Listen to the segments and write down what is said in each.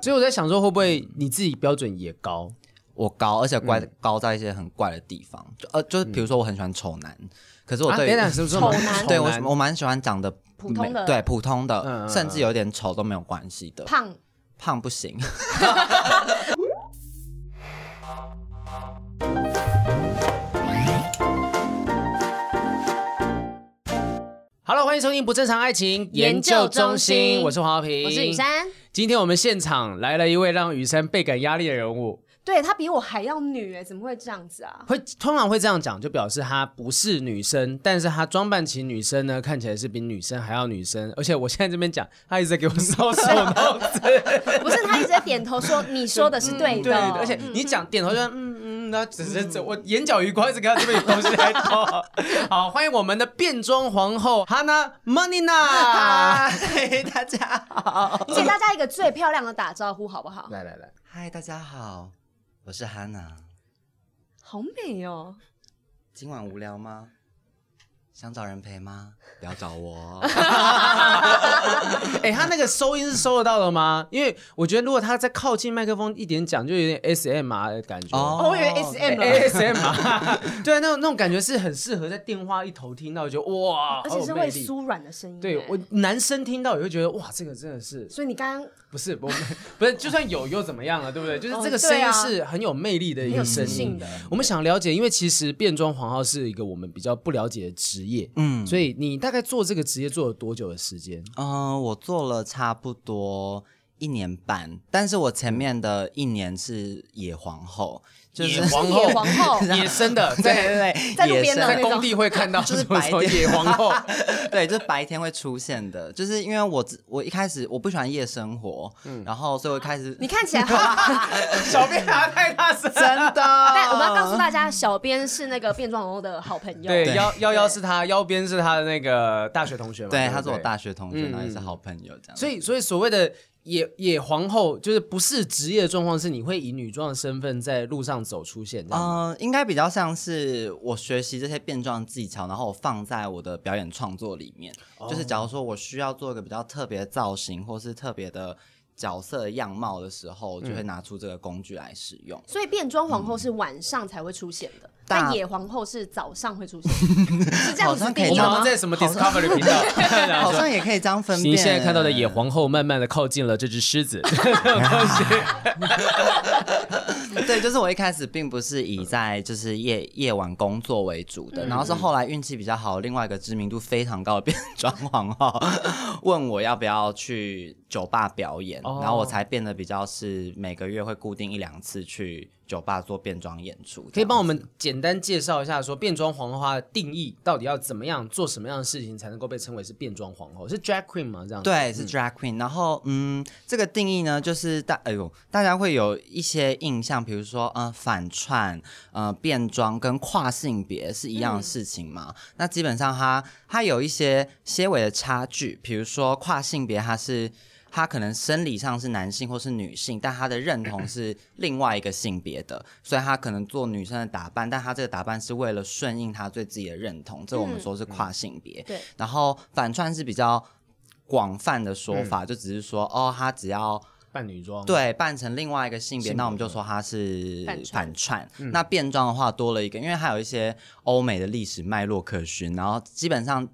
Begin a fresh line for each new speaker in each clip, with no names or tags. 所以我在想说，会不会你自己标准也高？
我高，而且怪、高在一些很怪的地方，就呃，就是比如说我很喜欢丑男，可是我
啊
对
等
于、
等什 么时
丑
候
丑男
对我我蛮喜欢长得
普通的
美对普通的，
嗯嗯嗯
甚至有点丑都没有关系的，
胖
胖不 行。
好了，欢迎收听《不正常爱情研
研
究
究
中
中
心
心》，
我是黄浩平，
我是雨。珊，
今天我们现场来了一位让雨珊倍感压力的人物，
对她比我还要女哎，怎么会这样子啊？
会通常会这样讲，就表示她不是女生，但是她装扮起女生呢，看起来是比女生还要女生。而且我现在这边讲，她一直在给我搔首弄姿，
不是，她一直在点头说你说的是对的，
对，而且你讲点头就嗯嗯，然后只是这我眼角余光一直看到这边有东西在 动。好，欢迎我们的变装皇后哈娜 Manina。
嗨，大家好，
给大家一个最漂亮的打招呼好不好？
来来来，
嗨，大家好，我是 Hanna。
好美哦，
今晚无聊吗？想找人陪吗？不要找我哦。
哎、他那个收音是收得到的吗？因为我觉得如果他再靠近麦克风一点讲，就有点 SMR 的感觉。
哦
我以为
啊
SM 了。
ASMR，对啊， 那种那种感觉是很适合在电话一头听到，就觉得哇，
而且是
好有魅
会
力。
酥软的声音，
对
哎
我男生听到也会觉得哇，这个真的是
所以你刚刚
不是不不是，就算有又怎么样了，对不对？就是
哦
这个声
对
音
啊
是很有魅力的一
很
个
有
声
磁
音
性。的，
我们想了解，因为其实变装皇后是一个我们比较不了解的职业，
嗯
所以你大概做这个职业做了多久的时间？
嗯，我做了差不多一年半，但是我前面的一年是野皇后，就是
野 皇后
野皇后
野生的，
对
在
对对，
在路
野
边的
生
在工地会看到，
就是白
说
天
野皇 后，
对，就是白天会出现的，就是因为我自我一开始我不喜欢夜生活，
嗯
然后所以我一开始
啊你看起来好，
小便拿太大声。
真的，
但我们要告诉大家，小编是那个变装皇后的好朋友，
对，
对
幺幺幺是他，腰边是他的那个大学同学嘛。
对，
不
他是我大学同学，
嗯
然后也是好朋友这样，
所以所以所谓的野野皇后，就是不是职业状况，是你会以女装的身份在路上走出现这样吗。
嗯、应该比较像是我学习这些变装技巧，然后我放在我的表演创作里面。
哦
就是假如说我需要做一个比较特别的造型，或是特别的角色样貌的时候，就会
嗯
拿出这个工具来使用。
所以变装皇后是晚上才会出现的，
大
但野皇后是早上会出现，是这样
好
子
像可以
定
我们
义
这
好
样
吗
像？在什么 Discovery 频道看 到
好
说。
像也可以这样分
你
辨。
现在看到的野皇后慢慢的靠近了这只狮子，
对，就是我一开始并不是以在就是夜夜晚工作为主
嗯
的，然后是后来运气比较好，另外一个知名度非常高的变装皇后问我要不要去酒吧表演，
哦
然后我才变得比较是每个月会固定一两次去酒吧做变装演出。
可以帮我
们
们简单介绍一下说变装皇后它的定义到底要怎么样做什么样的事情才能够被称为是变装皇后？是 drag queen 吗？这样子
对是 drag queen，、然后嗯，这个定义呢，就是大哎呦，大家会有一些印象，比如说呃反串、呃变装跟跨性别是一
嗯
样的事情嘛。那基本上它它有一些些微的差距，比如说跨性别它是。它可能生理上是男性或是女性，但他的认同 是另外一个性别的，所以他可能做女生的打扮，但他这个打扮是为了顺应他对自己的认同，这我们
嗯
说是跨性别。
对，
然后反串是比较广泛的说
嗯
法，就只是说哦，他只要
扮女装，
对扮成另外一个性别，
嗯性别嗯
那我们就说他是
反串
反串。那变装的话多了一个，因为它有一些欧美的历史脉络可循，然后基本上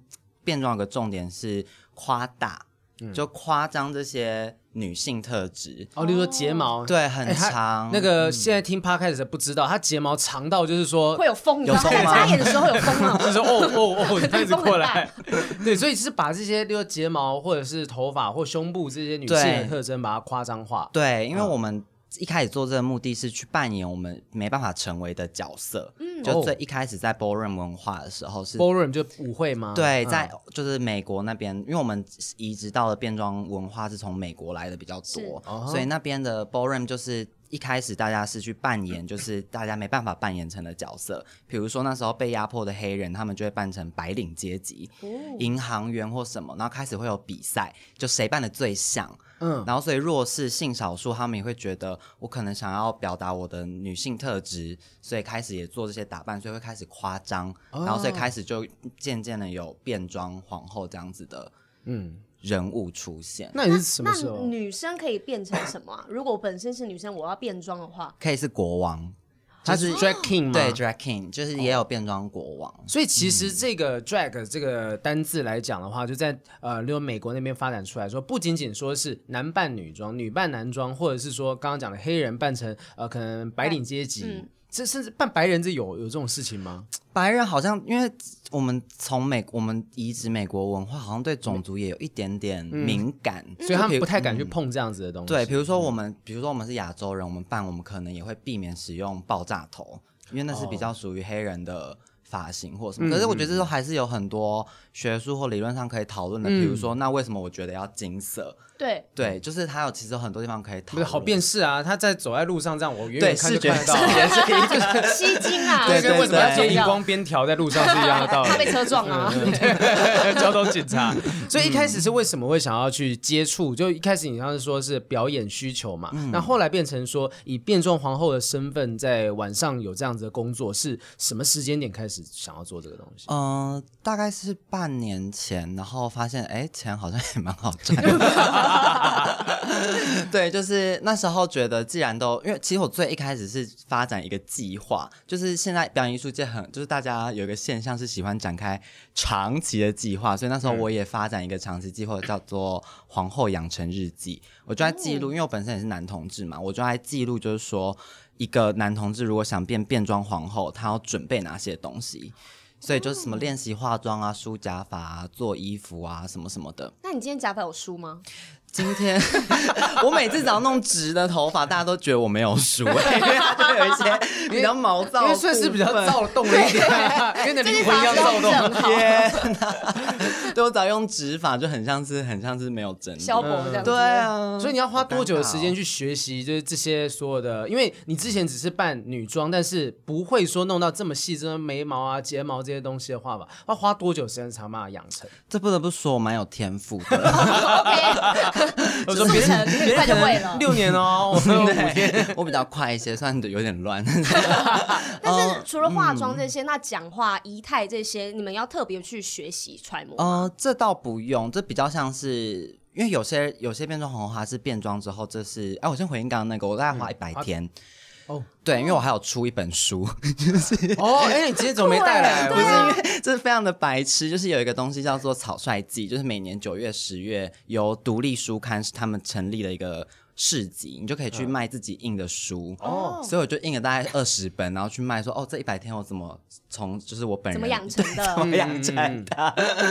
变装有个重点是夸大，就夸张这些女性特质。
嗯哦，例如说睫毛，
对，嗯很
哎它
长、
那个现在听 podcast 的不知道，他睫毛长到就是说。
会，有风，
有
然后在
风 吗
眨眼的时候有风啊
就是哦哦 哦，他一直
风很
过来， 对，所以是把这些，例如睫毛或者是头发或胸部这些女性的
对
特征，把它夸张化。
对，因为我
嗯
们一开始做这个目的是去扮演我们没办法成为的角色，嗯，就最一开始在 ballroom 文化的时候是。
ballroom 就舞会吗？
对，
嗯
在就是美国那边，因为我们移植到的变装文化是从美国来的比较
是
多，所以那边的 ballroom 就是一开始大家是去扮演，就是大家没办法扮演成的角色，比如说那时候被压迫的黑人，他们就会扮成白领阶级，银行员或什么，然后开始会有比赛，就谁扮的最像。
嗯
嗯，然后所以弱势性少数，他们也会觉得我可能想要表达我的女性特质，所以开始也做这些打扮，所以会开始夸
哦
张，然后所以开始就渐渐的有变装皇后这样子的
嗯，
人物出现，
那你是什么
那
时候？
女生可以变成什么啊？如果我本身是女生，我要变装的话，
可以是国王，
他是 drag king 吗？哦
对 drag king，就是也有变装国王。
所以其实这个 drag 这个单字来讲的话，就在呃，例如美国那边发展出来说，不仅仅说是男扮女装、女扮男装，或者是说刚刚讲的黑人扮成呃可能白领阶级，
嗯
这甚至扮白人这有有这种事情吗？
白人好像，因为我们从美，我们移植美国文化，好像对种族也有一点点敏感，
嗯
所以他
就比
们
如
不太敢去碰这样子的东西。嗯
嗯对，比如说我们，比如说我们是亚洲人，我们办我们可能也会避免使用爆炸头，因为那是比较属于黑人的发型或什么。
哦嗯
可是我觉得这都还是有很多学术或理论上可以讨论的，
嗯
比如说那为什么我觉得要金色？
对，
对，就是它有其实有很多地方可以
不
讨
是
论。
好辨识啊，他在走在路上这样，我远远
对
看就
视觉
看得到啊。
视觉是一个
吸睛啊，
对
对，
对
跟为什么要
对
做荧光边条在路上是一样的道理。
怕被车撞啊。
交通警察。所以一开始是为什么会想要去接触？就一开始你刚刚说是表演需求嘛，那后来变成说以变装皇后的身份在晚上有这样子的工作，是什么时间点开始想要做这个东西？
嗯、大概是半年前，然后发现哎，钱好像也蛮好赚。 对，就是那时候觉得，既然都因为其实我最一开始是发展一个计划，就是现在表演艺术界很就是大家有一个现象是喜欢展开长期的计划，所以那时候我也发展一个长期计划，叫做《皇后养成日记》，我就在记录，因为我本身也是男同志嘛，我就在记录，就是说一个男同志如果想变变装皇后，他要准备哪些东西。所以就是什么
哦
练习化妆啊、梳假发啊、做衣服啊，什么什么的。
那你今天假发有梳吗？
今天 我每次只要弄直的头发，大家都觉得我没有梳、欸，因为它就有一些比较毛躁
因
的部分，
为算是比较 躁动了一点，跟你的灵魂一样躁动。
正好
天哪！对我只要用直发，就很像是很像是没有整理。
消薄这样子。
对，啊，
嗯
所以你要花多久
哦
的时间去学习？就是这些所有的，因为你之前只是扮女装，但是不会说弄到这么细，真的眉毛啊、睫毛这些东西的话吧，要花多久时间才把它养 成？
这不得不说我蛮有天赋 的。
哦我
速成，很 快就会了。
六年 哦，我们五天。
对，我比较快一些，虽然有点乱。
但是除了化妆这些，那讲话、仪态这些，你们要特别去学习揣摩。
呃，这倒不用，这比较像是。因为有些有些变装红花是变装之后，这是哎、我先回应刚刚那个，我大概花一百天、
嗯哦
对，因为我还有出一本书，
哦，哎，你今天怎么没带来？
对
我
啊
这是非常的白痴，就是有一个东西叫做草率季，就是每年九月、十月由独立书刊他们成立了一个市集，你就可以去卖自己印的书。
嗯哦
所以我就印了大概二十本，然后去卖说，哦，这一百天我怎么从就是我本人
怎么养成 的？
怎么养成的，嗯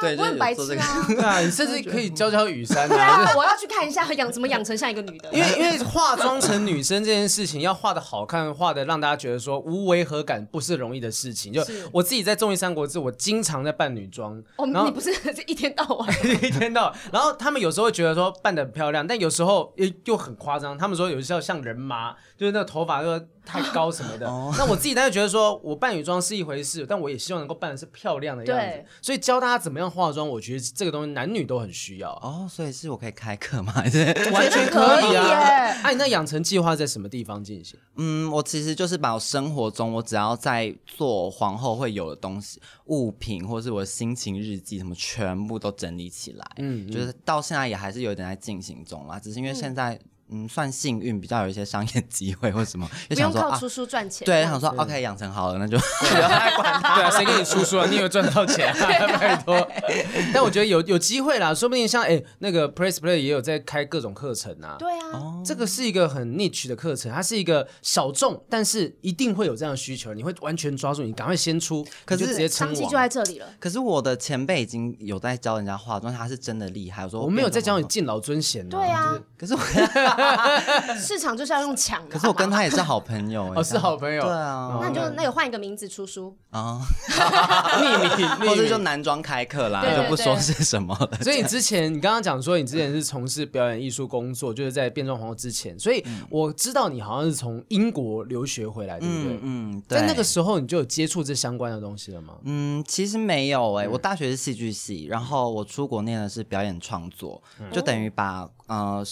对，就
我
是
很白
有做
痴
这个。
啊。
对啊，你甚至可以教教雨珊
对
啊。就
啊，我要去看一下养怎么养成像一个女的。
因为因为化妆成女生这件事情，要画的好看，画的让大家觉得说无违和感不是容易的事情。就是我自己在综艺三国志，我经常在扮女装，
我
然
们
后
哦你不是一天到晚
一天到晚，然后他们有时候会觉得说扮的很漂亮，但有时候又又很夸张。他们说有时候像人麻，就是那个头发又太高什 么的。那我自己当然觉得说我扮女装是一回事，但我也希望能够扮的是漂亮的样子
对。
所以教大家怎么样化妆，我觉得这个东西男女都很需要，
哦，所以是我可以开课吗？ 还是
完全
可以耶
啊。哎、你那养成计划在什么地方进行？
嗯，我其实就是把我生活中我只要在做皇后会有的东西、物品，或是我的心情日记什么，全部都整理起来。
嗯
嗯，就是到现在也还是有点在进行中啦，只是因为现在嗯算幸运，比较有一些商业机会或 什么，
不
就
用
想说
靠
啊，
出书赚钱。
对，想说 OK 养成好了，那 就
对啊，谁给你出书啊？你以为赚到钱啊？ 拜托。但我觉得有有机会啦，说不定像哎、那个 Press Play 也有在开各种课程啊。
对啊，
这个是一个很 niche 的课程，它是一个小众，但是一定会有这样的需求，你会完全抓住，你赶快先出，
可
你就是直接称
商机就
王。
在这里了。
可是我的前辈已经有在教人家化妆，他是真的厉害。我说
我没有在教
讲
你，敬老尊贤啊
对啊，
可是我
市场就是要用抢的。啊
可是我跟他也是好朋友、欸，
哦是好朋友
对
哦
啊，
那你就那个换一个名字出书，
啊、
就是 秘密
或
秘
者
密。
就男装开课啦，
对对
就不说是什么 了。
所以你之前，你刚刚讲说你之前是从事表演艺术工作，就是在变装皇后之前，所以
嗯
我知道你好像是从英国留学回来，对不对？
嗯，对
在那个时候你就有接触这相关的东西了 吗？
嗯，其实没有哎、
嗯
我大学是戏
嗯
剧系，然后我出国念的是表演创作，就等于把呃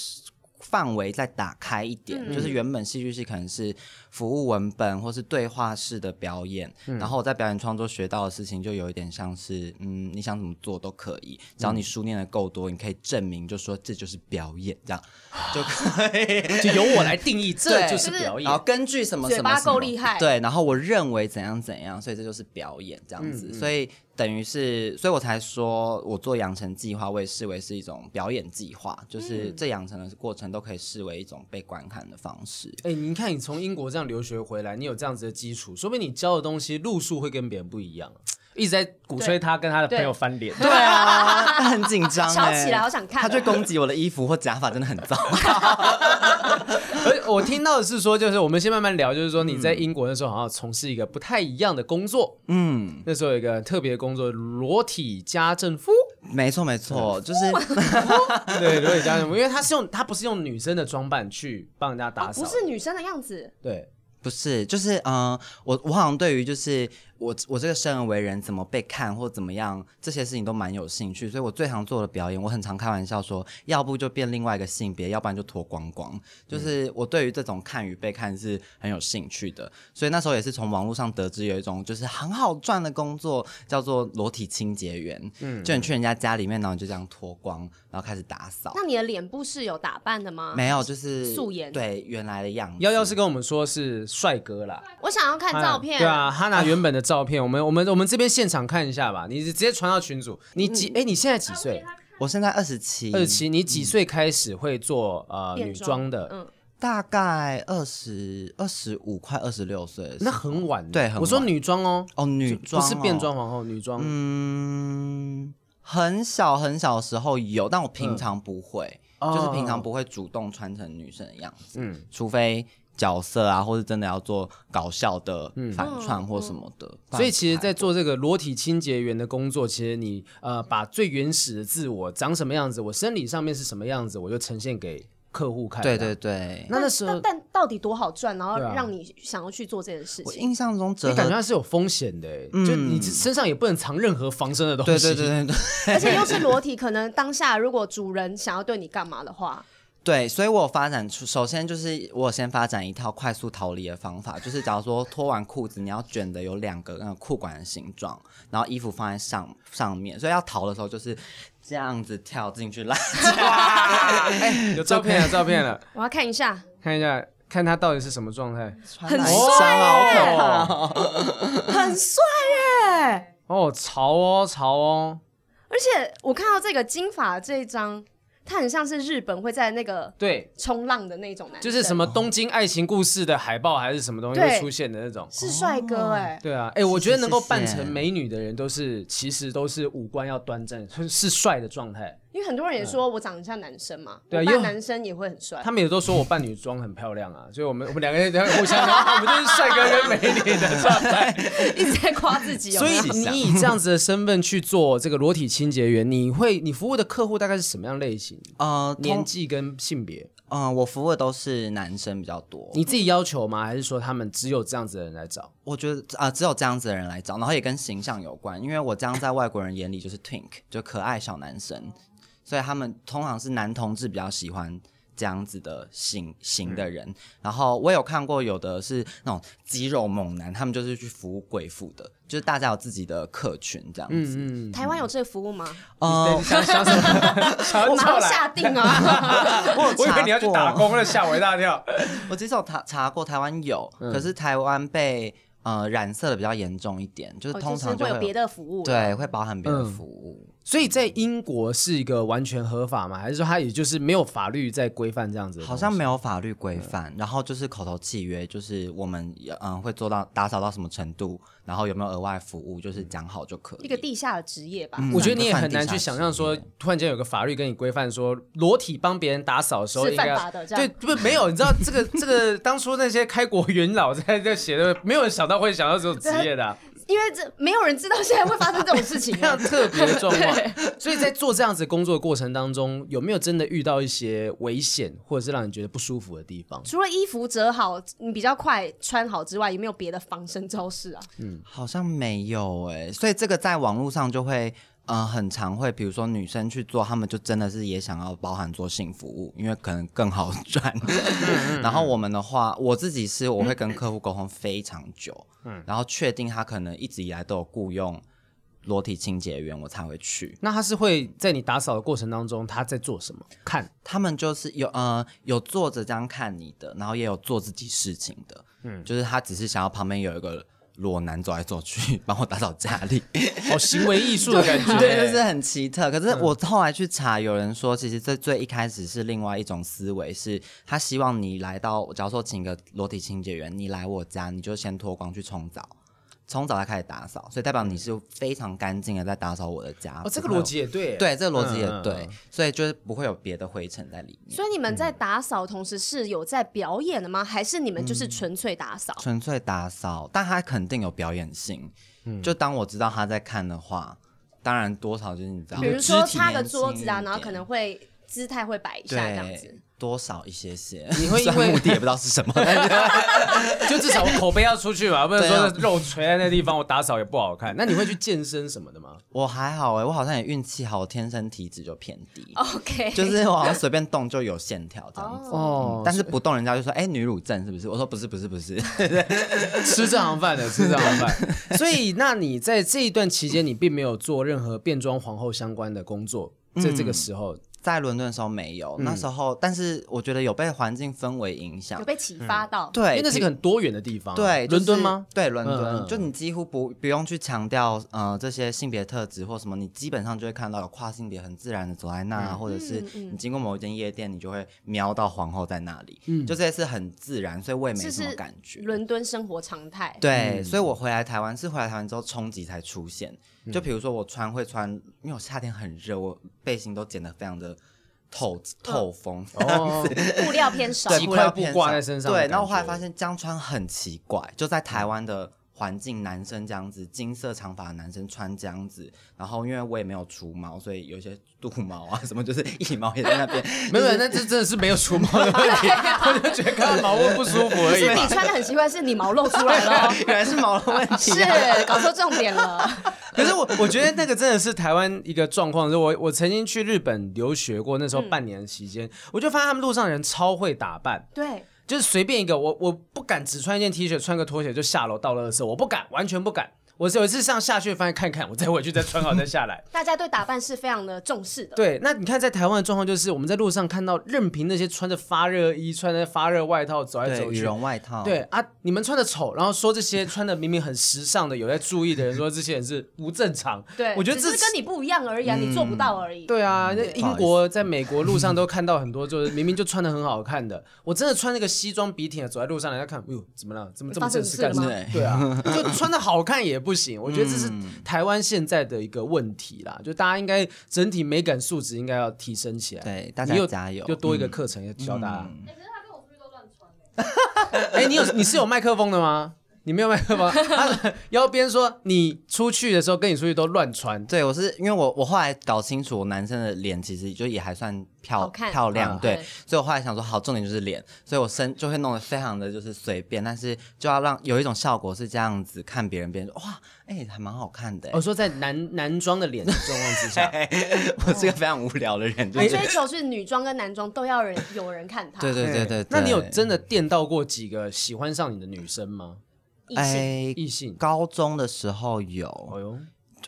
范围再打开一点，
嗯
就是原本戏剧系可能是服务文本或是对话式的表演，
嗯
然后我在表演创作学到的事情，就有一点像是，嗯，你想怎么做都可以，只要
嗯
你书念的够多，你可以证明，就说这就是表演，这样就可以。
就由我来定义，这
对
就是表演
然后。根据什么什么
嘴巴
什么
够厉害
对，然后我认为怎样怎样，所以这就是表演这样子，所以等于是，所以我才说我做养成计划，我也视为是一种表演计划，就是这养成的过程都可以视为一种被观看的方式。
哎、你看你从英国这样留学回来，你有这样子的基础，说明你教的东西路数会跟别人不一样。一直在鼓吹他跟他的朋友翻脸，
对啊，他 很紧张、欸，
吵起来好想看
他
啊
就攻击我的衣服或假发，真的很 糟。
而 我听到的是说，就是我们先慢慢聊，就是说你在英国那时候好像从事一个不太一样的工作，
嗯，
那时候有一个特别的工作，裸体家政夫。
没错没错，就是
对，裸体家政夫，因为他是用他不是用女生的装扮去帮人家打
哦
扫，
不是女生的样子，
对，
不是，就是嗯、呃我我好像对于就是我我这个生而为人怎么被看或怎么样这些事情都蛮有兴趣，所以我最常做的表演，我很常开玩笑说，要不就变另外一个性别，要不然就脱光光。就是我对于这种看与被看是很有兴趣的，所以那时候也是从网络上得知有一种就是很好赚的工作叫做裸体清洁员，嗯，就你去人家家里面，然后你就这样脱光，然后开始打扫。
哦
那你的脸部是有打扮的吗？
没有，就是
素颜
对原来的样子。
幺幺是跟我们说是帅哥啦，
我想要看照片，
对啊，哈娜原本的照片，我们我们我们这边现场看一下吧，你直接传到群组，你几
嗯
哎、你现在几岁？
我现在二十七，
二十七，你几岁开始会做呃
变
女装的？
嗯，
大概二十二十五，快二十六岁的时候。
那很晚的，
对很晚
我说女装哦，
哦，女
就
装、
不是变装。皇后，女装。
嗯，很小很小的时候有，但我平常不会，
嗯
就是
哦
平常不会主动穿成女生的样子，
嗯
除非角色啊，或是真的要做搞笑的反串或什么的。不
嗯
然
所以其实，
不太
在做这个裸体清洁员的工作，其实你呃，把最原始的自我长什么样子，我生理上面是什么样子，我就呈现给客户看。
对对，对。
那那时候
但但到底多好赚，然后
对啊
让你想要去做这件事
我
情？
印象中折
你感觉
合，
它是有风险的、欸就你身上也不能藏任何防身的东
对
西。
嗯对对对对，
而且又是裸体，可能当下如果主人想要对你干嘛的话，
对，所以我有发展出，首先就是我有先发展一套快速逃离的方法，就是假如说脱完裤子，你要卷的有两个那个裤管的形状，然后衣服放在上上面，所以要逃的时候就是这样子跳进去拉 起来，
有照片啊了，照片了，
我要看一下，
看一下，看他到底是什么状态。哦
很
很
帅耶
好可怕哦！
很帅耶！
哦，潮哦，潮哦，
而且我看到这个金发这一张，他很像是日本会在那个
对，
冲浪的那种男生，
就是什么东京爱情故事的海报还是什么东西
对
会出现的那种。
是帅哥哎、
对啊，哎、我觉得能够扮
是
成
是
美女的人，都是其实都是五官要端正，是是帅的状态。
因为很多人也说我长得像男生嘛，
嗯对啊
我
因
扮
为
男生也会很帅
他。们也都说我扮女装很漂亮啊，所以我们我们两个人在互相，然后我们就是帅哥跟美女的状态。
一直在夸自己有
所
没
以
有，
你以这样子的身份去做这个裸体清洁员，你会你服务的客户大概是什么样类型？
呃，
年
年
纪跟性别，
嗯、我服务的都是男生比较多，
你自己要求吗？还是说他们只有这样子的人来找？
我觉得啊、只有这样子的人来找，然后也跟形象有关，因为我这样在外国人眼里就是 twink，就可爱小男生，所以他们通常是男同志比较喜欢这样子的型型的人。然后我有看过有的是那种肌肉猛男，他们就是去服务贵妇的，就是大家有自己的客群这样子。
嗯，
台湾有这个服务吗？
对，
哦、
你想想什 么？想要
我马上
跳
下
来，
定 啊！
我
我以为你要去打
工。
工了，吓我一大跳。
我其实有查查过，台湾有，
嗯
可是台湾被呃染色的比较严重一点，就是
哦
通
就是
常就
会有别
的
的服务，，
对会包含别的
嗯
服务。
所以在英国是一个完全合法吗？还是说它也就是没有法律在规范这样子的东西？
好像没有法律规范，然后就是口头契约，就是我们嗯会做到打扫到什么程度，然后有没有额外服务，就是讲好就可以。嗯
一个地下的职业吧。
我觉得你也很难去想象说，突然间有个法律跟你规范说，裸体帮别人打扫的时候
是
应该要
犯法的这
对
样
不没有，你知道这个这个当初那些开国元老在在写的，没有人想到会想到这种职业的啊、
因为这没有人知道现在会发生这种事情
非
啊、
常特别的状 况。所以在做这样子工作的过程当中，有没有真的遇到一些危险，或者是让你觉得不舒服的地方？
除了衣服折好，你比较快穿好之外，有没有
嗯
别的防身招式啊？
好像没有哎、所以这个在网络上就会呃，很常会，比如说女生去做，她们就真的是也想要包含做性服务，因为可能更好赚。
嗯
然后我们的话，我自己是我会跟客户沟通非常久，嗯，然后确定他可能一直以来都有雇佣裸体清洁员，我才会去。
那他是会在你打扫的过程当中，他在做什么？看
他们就是有呃有坐着这样看你的，然后也有做自己事情的，嗯，就是他只是想要旁边有一个裸男走来走去，帮我打扫家 里。
好行为艺术的感觉，
对，就是很奇特。可是嗯我后来去查，有人说，其实这最一开始是另外一种思维，是他希望你来到，假如说请个裸体清洁员，你来我家，你就先脱光去冲澡，冲澡才开始打扫，所以代表你是嗯非常干净的在打扫我的家。
哦，这个
不
逻
会有，
辑也对，
对，这个逻辑也
嗯嗯
对，
嗯
所以就是不会有别的灰尘在里面，
所以你们在打扫同时是有在表演的吗？还是你们就是纯粹打扫？
嗯纯粹打扫，但它肯定有表演性。
嗯
就当我知道他在看的话，当然多少就是你知道，
比如说
肢体
擦个
年轻
桌子啊，
一
然后
点
可能会姿态会摆一下这样子
对。，多少一些些。
你会因
虽然
为
目的也不知道是 什么，但是
就至少口碑要出去吧，不能
对
说
啊
是肉垂在那地方，我打扫也不好 看。那你会去健身什么的吗？
我还好哎、我好像也运气好，我天生体脂就偏低，
OK，
就是我好像随便动就有线条这样子。
哦
但是不动，人家就说：“哎、女乳症是不是？”我说：“不是，不是，不 是。
吃这行 饭的，吃这行饭。所以，那你在这一段期间，你并没有做任何变装皇后相关的工作，在这个时候，”
在伦敦的时候没有，
嗯
那时候，但是我觉得有被环境氛围影响
有。被启发到。
对，
因为那是一个很多元的地方，
哎
啊
对，就
伦敦
是
吗？？
对，伦敦，
嗯嗯嗯
就你几乎不不用去强调呃这些性别特质或什么，你基本上就会看到有跨性别很自然的走在那，或者是
嗯嗯
你经过某一间夜店，你就会瞄到皇后在那里，
嗯
就这些是很自然，所以我也没
这
什么
是
感觉。
伦敦生活常态。
对，
嗯
所以我回来台湾是回来台湾之后冲击才出现。
嗯
就比如说我穿会穿，因为我夏天很热，我背心都剪得非常的透透风，
哦，
物料偏少。
几
对，
块布
片
挂在身上的
对，
感
然后我后来
觉
发现这样穿很奇怪，就在台湾的环境，男生这样子，金色长发的男生穿这样子，然后因为我也没有除毛，所以有一些肚毛啊什么，就是腋毛也在那边。
没有，那这真的是没有除毛的问题，我就觉得看到毛会不舒服而已
你
吧。
穿的很奇怪，是你毛露出来了哦，
原来是毛的问题、
是搞错重 点了。
可是我我觉得那个真的是台湾一个状况，就是我我曾经去日本留学过，那时候
嗯
半年的期间，我就发现他们路上的人超会打扮，
对，
就是随便一个，我我不敢只穿一件 T 恤，穿个拖鞋就下楼到垃圾，我不敢，完全不敢。我是有一次上下去，发现看看，我再回去再穿好再下来。
大家对打扮是非常的重视的。
对，那你看在台湾的状况就是，我们在路上看到任凭那些穿着发热衣、穿着发热外套走来
对，
走
羽
去。
绒外套。
对。啊，你们穿的丑，然后说这些穿的明明很时尚的、有在注意的人说这些人是不正常。
对，
我觉得
只
这嗯
是跟你不一样而已啊，你做不到而已。
对啊，那
嗯不好
英
意思
国在美国路上都看到很多，就是明明就穿的很好看的，我真的穿那个西装笔挺的走在路上，人家看，哎呦，怎么了？怎么这么
发生
正式干
什
什
么
么
事
了吗？
对啊，就 穿的好看也不行。我觉得这是
嗯
台湾现在的一个问题啦，就大家应该整体美感素质应该要提升起来。
对大
你
家
有
加油嗯
又多一个课程要教大家。嗯 哎，你有你是有麦克风的吗？你没有麦克风，他腰边说你出去的时候跟你出去都乱穿，
对，我是因为我我后来搞清楚，我男生的脸其实就也还算漂
好看
漂亮，
嗯
对
对，
所以我后来想说，好，重点就是脸，所以我身就会弄得非常的就是随便，但是就要让有一种效果是这样子，看别人别人说哇，哎、还蛮好看的、
我哦说在男男装的脸的状况之 下，
欸我是个非常无聊的人，就
哎
他
是
追求是女装跟男装都要人有人看他。
对对对对，
哎那你有
对
真的电到过几个喜欢上你的女生吗？
异性
哎？
异性？
高中的时候
哦
有，
呦，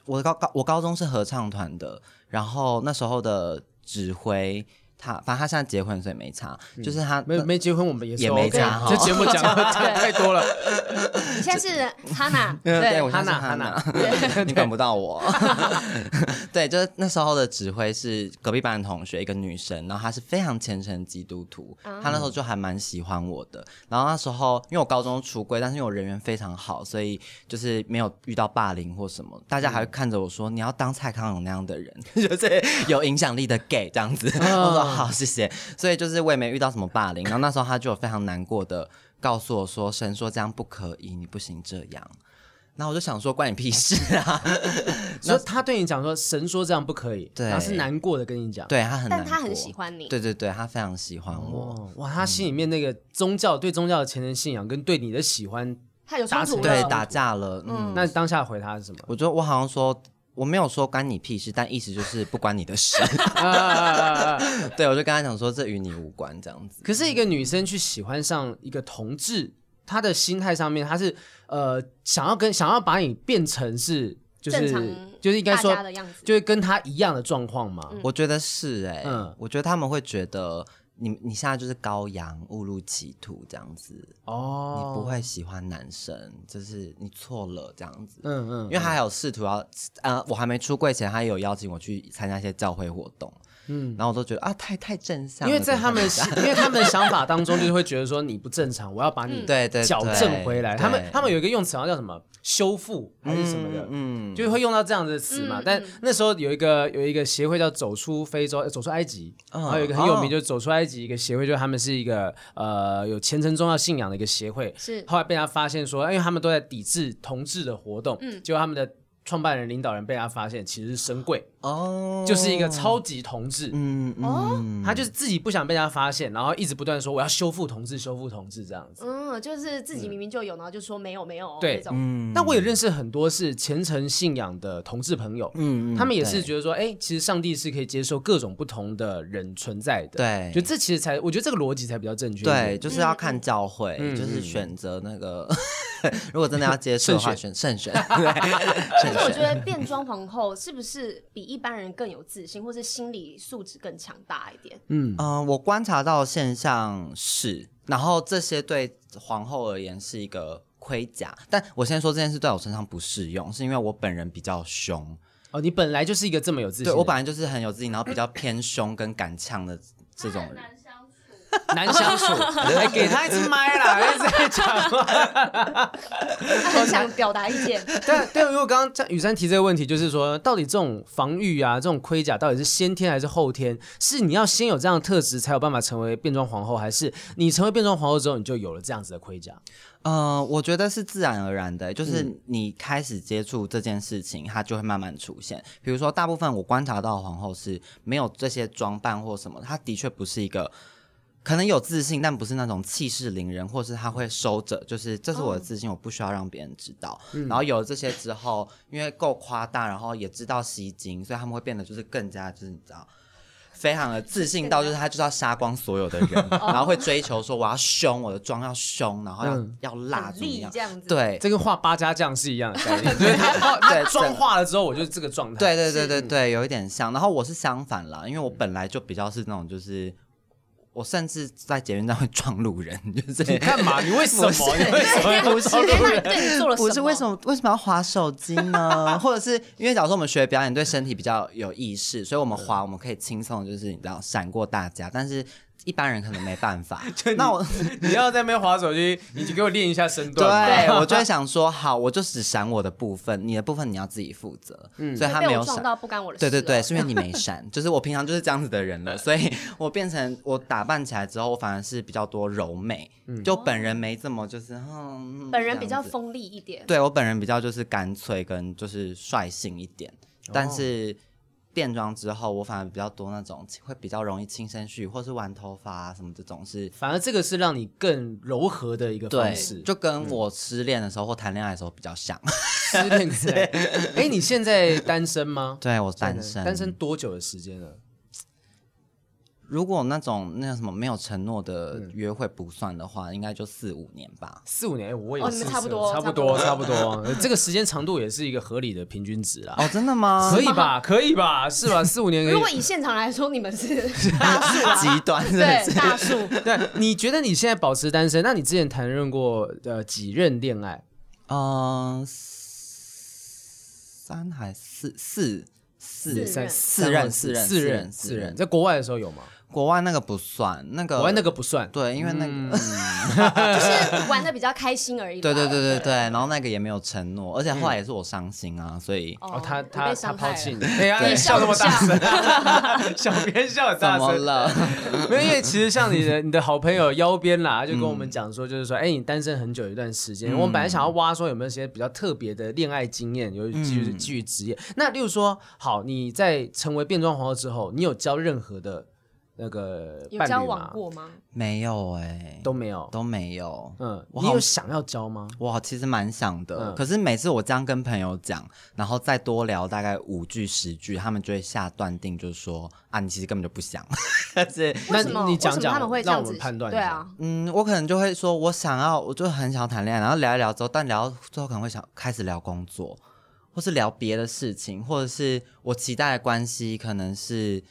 我高高我高中是合唱团的，然后那时候的指挥他，反正他现在结婚所以没差，就是他
没有没结婚，我们也是
也没
OK 啊
差哈
这节目讲的
对
太多 了。
你现在是 Hana，
嗯对，我
哈
像是
娜
哈
哈
娜，你管不到我。对，就是那时候的指挥是隔壁班的同学，一个女生，然后她是非常虔诚的基督徒，她那时候就还蛮喜欢我的。然后那时候因为我高中出柜，但是因为我人缘非常好，所以就是没有遇到霸凌或什么，大家还会看着我说你要当蔡康永那样的人， 就是有影响力的 gay 这样子。我说好，谢谢。所以就是我也没遇到什么霸凌。然后那时候她就有非常难过的告诉我说，神说这样不可以，你不行这样。然后我就想说，关你屁事啊！
所以他对你讲说，神说这样不可以，
对
然后是难过的跟你讲。
对他很难
但
过，
他很喜欢你。
对对对，他非常喜欢我。
哦，哇，他心里面那个宗教对宗教的虔诚信仰跟对你的喜欢，
他有冲突
哦
了
对，打架了，嗯，
那当下回他是什么？
我觉得我好像说我没有说关你屁事，但意思就是不关你的事。
啊啊啊啊啊
对，我就跟他讲说这与你无关这样子。
可是，一个女生去喜欢上一个同志，她的心态上面，她是呃想要跟想要把你变成是就是
正常
就是应该说
大家的样子
就是跟她一样的状况嘛。
嗯
我觉得是哎、
嗯
我觉得他们会觉得你你现在就是羔羊误入歧途这样子，
哦，
你不会喜欢男生，就是你错了这样子。
嗯嗯，
因为他还有试图要，呃，我还没出柜前，他也有邀请我去参加一些教会活动，嗯，然后我都觉得啊，太太正向
因
了，
为在他们
怎么会这样
因为他们的想法当中，就是会觉得说你不正常，我要把你
对对对
矫正回来。
对
他们他们有一个用词，好像叫什么修复还是什么的，
嗯，
就会用到这样的词嘛。但那时候有一个有一个协会叫走出非洲，呃走出埃及，
嗯
然后有一个很有
哦
名，就是走出埃及一个协会，就是他们是一个呃有虔诚宗教信仰的一个协会。
是
后来被他发现说，因为他们都在抵制同志的活动，结果他们的创办人领导人被他发现其实是神贵，
哦，
就是一个超级同志。
嗯
哦
嗯，
他就是自己不想被人家发现，然后一直不断地说我要修复同志，修复同志这样子。
嗯，就是自己明明就有，然后就说没有没有
对嗯
那种，
嗯
那我也认识很多是虔诚信仰的同志朋友，
嗯
他们也是
对
觉得说，哎、其实上帝是可以接受各种不同的人存在的。
对
就这其实才，我觉得这嗯个逻辑才比较正确一点。
对，就是要
嗯
看教会，
嗯
就是选择那个， 如果真的要接触 的话，选慎选， 对，
而
慎
且我觉
选。
得变装皇后是不是比一般人更有自信，或是心理素质更强大一点？
嗯、我观察到的现象是，然后这些对皇后而言是一个盔甲，但我先说这件事对我身上不适用，是因为我本人比较凶，
哦，你本来就是一个这么有自信的
对
人，
我本来就是很有自信，然后比较偏凶跟敢呛的这种人。
难相处，还给他一 支麦啦，还在讲话。
他 很想表达意见，
但但因为我刚刚在雨珊提这个问题，就是说，到底这种防御啊，这种盔甲到底是先天还是后天？是你要先有这样的特质，才有办法成为变装皇后，还是你成为变装皇后之后，你就有了这样子的盔甲？
呃，我觉得是自然而然的，就是你开始接触这件事情，它就会慢慢出现。比如说，大部分我观察到的皇后是没有这些装扮或什么，她的确不是一个。可能有自信，但不是那种气势凌人，或是她会收着，就是这是我的自信，我不需要让别人知道。然后有了这些之后，因为够夸大，然后也知道吸睛，所以他们会变得就是更加就是你知道，非常的自信到，就是他就是要杀光所有的人，然后会追求说我要凶，我的妆要凶，然后要、
嗯
要辣
很
怎么
力
样
这？样子。，
对
这跟画八家将是一样的概 念，就是他画他
对
妆化了之后，我就是这个状态。
对对对对对，有一点像。然后我是相反啦，因为我本来就比较是那种就是。我甚至在捷运站会撞路人，就是
你干嘛？你为什 么？
不是
你为什么要
那
装路
你
人？
对你做了什么？
不是为什么为什么要划手机 呢？或者是因为假如说我们学表演对身体比较有意识，所以我们划我们可以轻松，就是你知道闪过大家，但是一般人可能没办 法。那我
你要在那边划手机，你就给我练一下身段嘛。
对我就会想说，好，我就只闪我的部分，你的部分你要自己负责。嗯，所以他
被
没
我
有
撞
闪。
到不干我的事
对
了？
对对，是因为你没 闪，就是我平常就是这样子的人了，所以我变成我打扮起来之后，我反而是比较多柔美，就本人没这么就是，嗯，
嗯本人比
这
较
样子
锋利一点。
对我本人比较就是干脆跟就是率性一点，但是变装之后，我反而比较多那种会比较容易轻身绪，或是玩头发啊什么这种是。
反而这个是让你更柔和的一个
对
方式，，
就跟我失恋的时候或谈恋爱的时候比较像。
失恋之类。哎，你现在单身吗？
对我 单身，
单身多久的时间了？
如果那种那个什么没有承诺的约会不算的话，应该就四五年 吧。
四五年，哎我也
哦
是
你们差不多
差不多，差不多。呃这个时间长度也是一个合理的平均值啦，
哦，真的吗？
可以吧？可以吧？是吧？四五 年可
如果
以。
以现场来说，你们是大树啊，
极端真的
对
是
大树。
对，你觉得你现在保持单身？那你之前谈论过呃几任恋爱？
嗯、三还四四四
四任
四任四任
四
任
任
四
四
任
任，。在国外的时候有吗？
国外那个不算，那个
国外那个嗯不算。
对，因为那个、
就是玩的比较开心而已。
对对。对对对，然后那个也没有承诺，而且后来也是我伤心啊，所以
哦，他
你
他他
被伤
抛
害
弃
了。
你，哎呀，
对
你笑这么大声啊， 小编笑很
怎
大
么
声，
了？
没有，因为其实像你的你的好朋友腰边啦，就跟我们讲说，就是说，哎、你单身很久一段时间，我们本来想要挖说有没有一些比较特别的恋爱经验，有基于基于职业。那例如说，好，你在成为变装皇后之后，你有交任何的那个
有
伴
交
侣
往
吗？
过吗？
没有哎、
都没有。
都没有。
嗯，
我
你
好
有想要交吗？
我其实蛮想的，
嗯
可是每次我这样跟朋友讲，然后再多聊大概五句十句，他们就会下断定，就是说啊，你其实根本就不想。 但是，
那
为什么
你讲
为什么
讲，
他们会这
让
样
我
子
们判断一
对
下。
啊，
嗯，我可能就会说，我想要，我就很想谈恋爱，然后聊一聊之后，但聊到最后可能会想开始聊工作，或是聊别的事情，或者是我期待的关系可能是，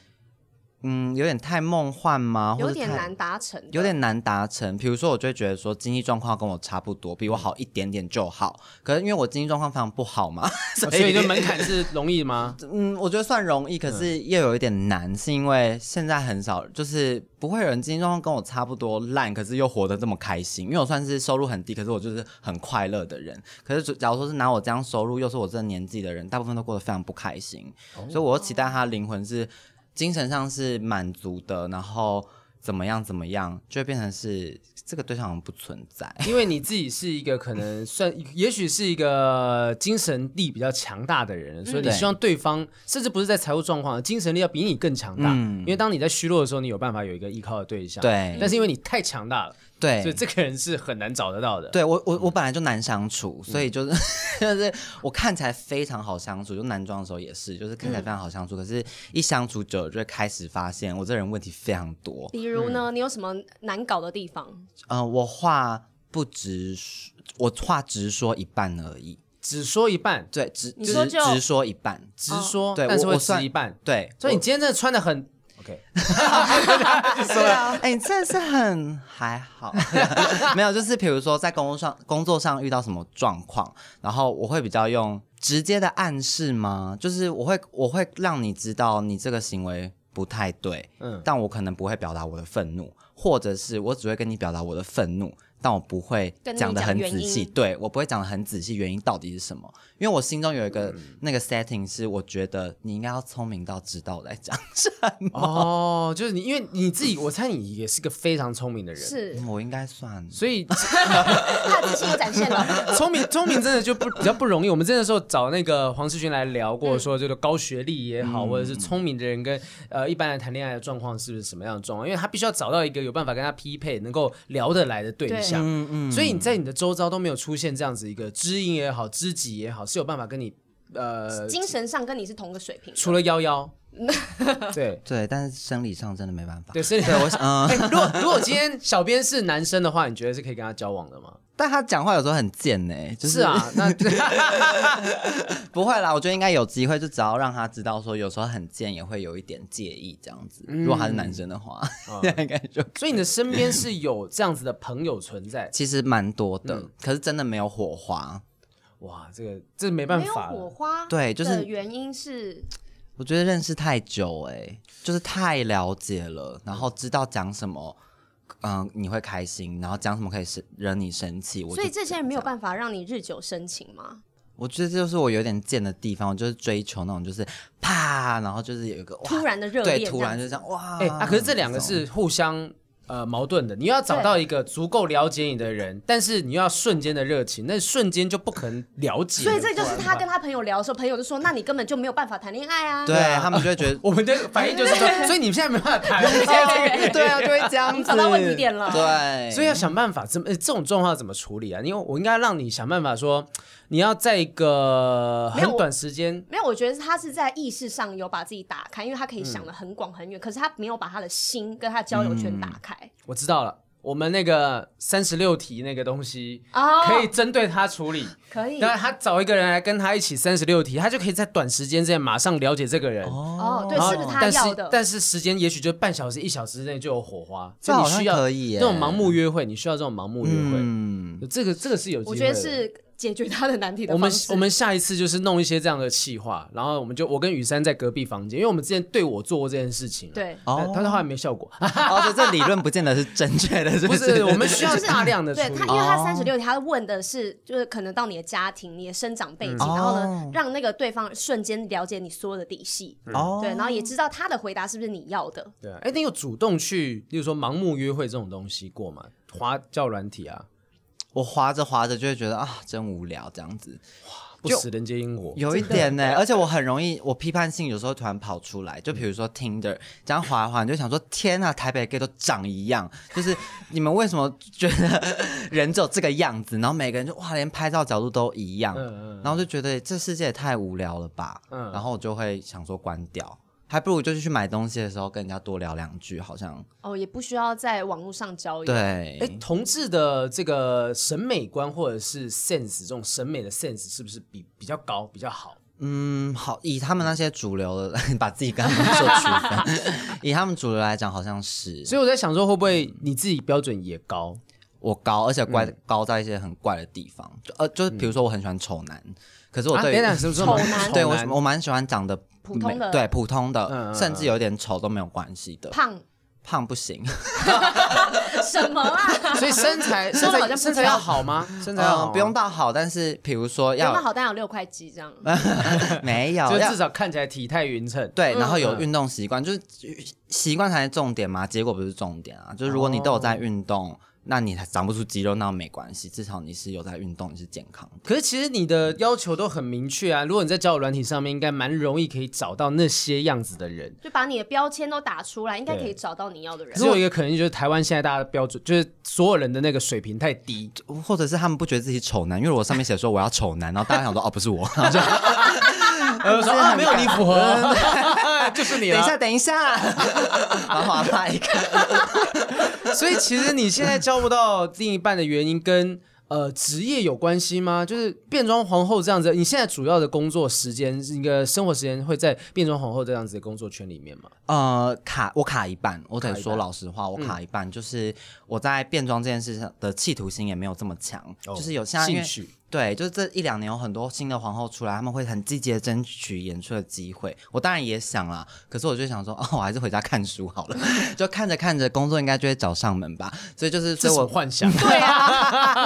嗯，有点太梦幻吗？或
有
者
点
太
难达成的，
有点难达成。比如说，我就会觉得说经济状况跟我差不多，比我好一点点就好。可是因为我经济状况非常不好嘛，
哦所以就门槛是容易吗？
嗯，我觉得算容易，可是
嗯
又有一点难，是因为现在很少，就是不会有人经济状况跟我差不多烂，可是又活得这么开心。因为我算是收入很低，可是我就是很快乐的人。可是就假如说是拿我这样收入，又是我这个年纪的人，大部分都过得非常不开心。
哦
所以我又期待他灵魂是精神上是满足的，然后怎么样怎么样，就会变成是这个对象好像不存在。
因为你自己是一个可能算，也许是一个精神力比较强大的人，所以你
嗯对
希望对方甚至不是在财务状况，精神力要比你更强大。因为当你在虚弱的时候，你有办法有一个依靠的对象。，
嗯对
但是因为你太强大了，
对，
所以这个人是很难找得到的。
对我我我本来就难相处，所以就是、 就是我看起来非常好相处，就男装的时候也是，就是看起来非常好相处，可是一相处久了就会开始发现我这人问题非常多。
比如呢，你有什么难搞的地方？
嗯、我话不直说，我话直说一半而已，
只说一半，
对，直
你
直
说就
直说一半，
直说，
对
但是
我
会
我算
直一半。
对，
所以你今天真的穿的很 OK，
啊
哎、你真的是很还好， 没有，就是比如说在工作上工作上遇到什么状况，然后我会比较用直接的暗示吗？就是我会我会让你知道你这个行为不太对，
嗯，
但我可能不会表达我的愤怒，或者是我只会跟你表达我的愤怒，但我不会讲的很
跟
仔
你讲
细。
原因
对我不会讲的很仔细，原因到底是什么？因为我心中有一个、
嗯
那个 setting 是，我觉得你应该要聪明到知道我在讲 什么。
哦，就是你，因为你自己，我猜你也是个非常聪明的人，，
是
我应该算
所以
他的自信又展现了，
聪明聪明真的就不比较不容易。我们真的时候找那个黄世勋来聊过，说这个高学历也好，或者是聪明的人跟呃一般人谈恋爱的状况是不是什么样的状况？因为他必须要找到一个有办法跟他匹配、能够聊得来的对象。嗯嗯。所以你在你的周遭都没有出现这样子一个知音也好、知己也好，是有办法跟你呃，
精神上跟你是同个水平的。
除了幺 幺，对。
对，但是生理上真的没办法。
对，所以
对，我想，嗯，
哎如果如果今天小编是男生的话，你觉得是可以跟他交往的吗？
但他讲话有时候很贱呢、 就是
啊，那
不会啦，我觉得应该有机会，就只要让他知道说，有时候很贱也会有一点介意这样子。
嗯
如果他是男生的话， 那、应该就
所以你的身边是有这样子的朋友存在。
其实蛮多的、
嗯
可是真的没有火花。
哇，这个这没办
没有
法
火
了。
花，
对就是
原因是
我觉得认识太久、哎，就是太了解
嗯
了，然后知道讲什么，嗯、你会开心，然后讲什么可以是惹你生气。我就
所以这些人没有办法让你日久生情吗？
我觉得这就是我有点贱的地方，我就是追求那种就是啪，然后就是有一个哇
突然的热
对，
恋
突
这样
然就
子
这样哇！
哎、啊，可是这两个
种
是互相呃矛盾的。你要找到一个足够了解你的人，但是你要瞬间的热情，那瞬间就不可能了解。
所以这就是
不然的
他
话
跟他朋友聊的时候，朋友就说：“那你根本就没有办法谈恋爱啊。”
对他们就会 觉得
我们的反应就是说，所以你现在没办法谈恋爱。
对啊，就会这样
你
子。
找到问题点了
对，
所以要想办法怎么、呃这种状况要怎么处理啊？因为我应该让你想办法说，你要在一个
没有
很短时间，
没有，我觉得他是在意识上有把自己打开，因为他可以想的很广很远，可是他没有把他的心跟他的交友圈打开。
我知道了。我们那个三十六题那个东西，
哦
可以针对他处理。
可以
当然，他找一个人来跟他一起三十六题，他就可以在短时间之内马上了解这个人。
哦，对，
然后
是不是他
但
要的？
但是时间也许就半小时、一小时之内就有火花，
这
就
好
你
像
需要
可以耶
这种盲目约会，你需要这种盲目约会。
嗯，
这个这个是有机
我
会
觉
的。
得是解决他的难题的
我们
方式
我们下一次就是弄一些这样的企划，然后我们就我跟雨珊在隔壁房间，因为我们之前对我做过这件事情，，
对，
但但是后来没效果，啊
哦，所以这理论不见得是正确的，是
不
是
是我们需要大量的处
对
理
他，因。为他三十六，他问的是就是可能到你的家庭、你的生长
嗯
背景，然后呢
哦，
让那个对方瞬间了解你所有的底细，
嗯
哦，
对，然后也知道他的回答是不是你要的。
对啊，哎，你有主动去，例如说盲目约会这种东西过吗？滑叫软体啊，
我滑着滑着就会觉得啊，真无聊这样子。
不
就
死人皆因我。
有一点呢、而且我很容易，我批判性有时候突然跑出来，就比如说 Tinder，这样滑一滑，你就想说，天啊，台北 gay 都长一样，就是你们为什么觉得 人只有这个样子？然后每个人就哇，连拍照角度都一样，
嗯嗯
然后就觉得这世界也太无聊了吧，
嗯
然后我就会想说关掉，还不如就是去买东西的时候跟人家多聊两句，好像
哦，也不需要在网络上交友。
对，
哎，同志的这个审美观或者是 sense 这种审美的 sense 是不是比比较高比较好？
嗯，好，以他们那些主流的， 把自己跟他们做区分， 以他们主流来讲，好像是
所以我在想说，会不会你自己标准也高？
我高，而且怪、
嗯
高在一些很怪的地方，就呃，就是比如说我很喜欢丑男，可是我
啊，
哦对
等
于、
等，是不是
丑男
对我我蛮喜欢长得
普通的
美对普通的，
嗯嗯嗯
甚至有点丑都没有关系的，
胖
胖 不行，
什么 啦？
所以身材
说
身
得好
材
像不
身材要好吗？哦身材要好
嗯，
吗
不用，到好，但是比如说
那
要
好像有六块肌这样，
嗯
没有，
就
要
至少看起来体态匀称。
对，然后有
嗯
运动习惯，就是习惯才是重点嘛，结果不是重点啊。就是如果你都有
哦
在运动，那你长不出肌肉那没关系，至少你是有在运动，你是健康的。
可是其实你的要求都很明确啊，如果你在交友软体上面，应该蛮容易可以找到那些样子的人。
就把你的标签都打出来，应该可
对
以找到你要的人
只。有一个可能就是台湾现在大家的标准，就是所有人的那个水平太低，
或者是他们不觉得自己丑男，因为我上面写说我要丑男，然后大家想说哦不是我，然后就
呃，说啊没有你符合， 就是你啊
等一
了。
下等一 下，然后拉一个，
所以其实你现在交不到另一半的原因跟呃职业有关系吗？就是变装皇后这样子，你现在主要的工作时间，你的生活时间会在变装皇后这样子的工作圈里面吗？
呃卡我卡一半，嗯我得
卡一
说
半
老实话，我卡一半，就是我在变装这件事上的企图心也没有这么强，就是有像因
兴
为
趣，
对，就是这一两年有很多新的皇后出来，他们会很积极的争取演出的机会。我当然也想啦，可是我就想说，哦，我还是回家看书好 了。就看着看着，工作应该就会找上门吧。所以就是，所
这
以
是我
我
幻想。
对啊，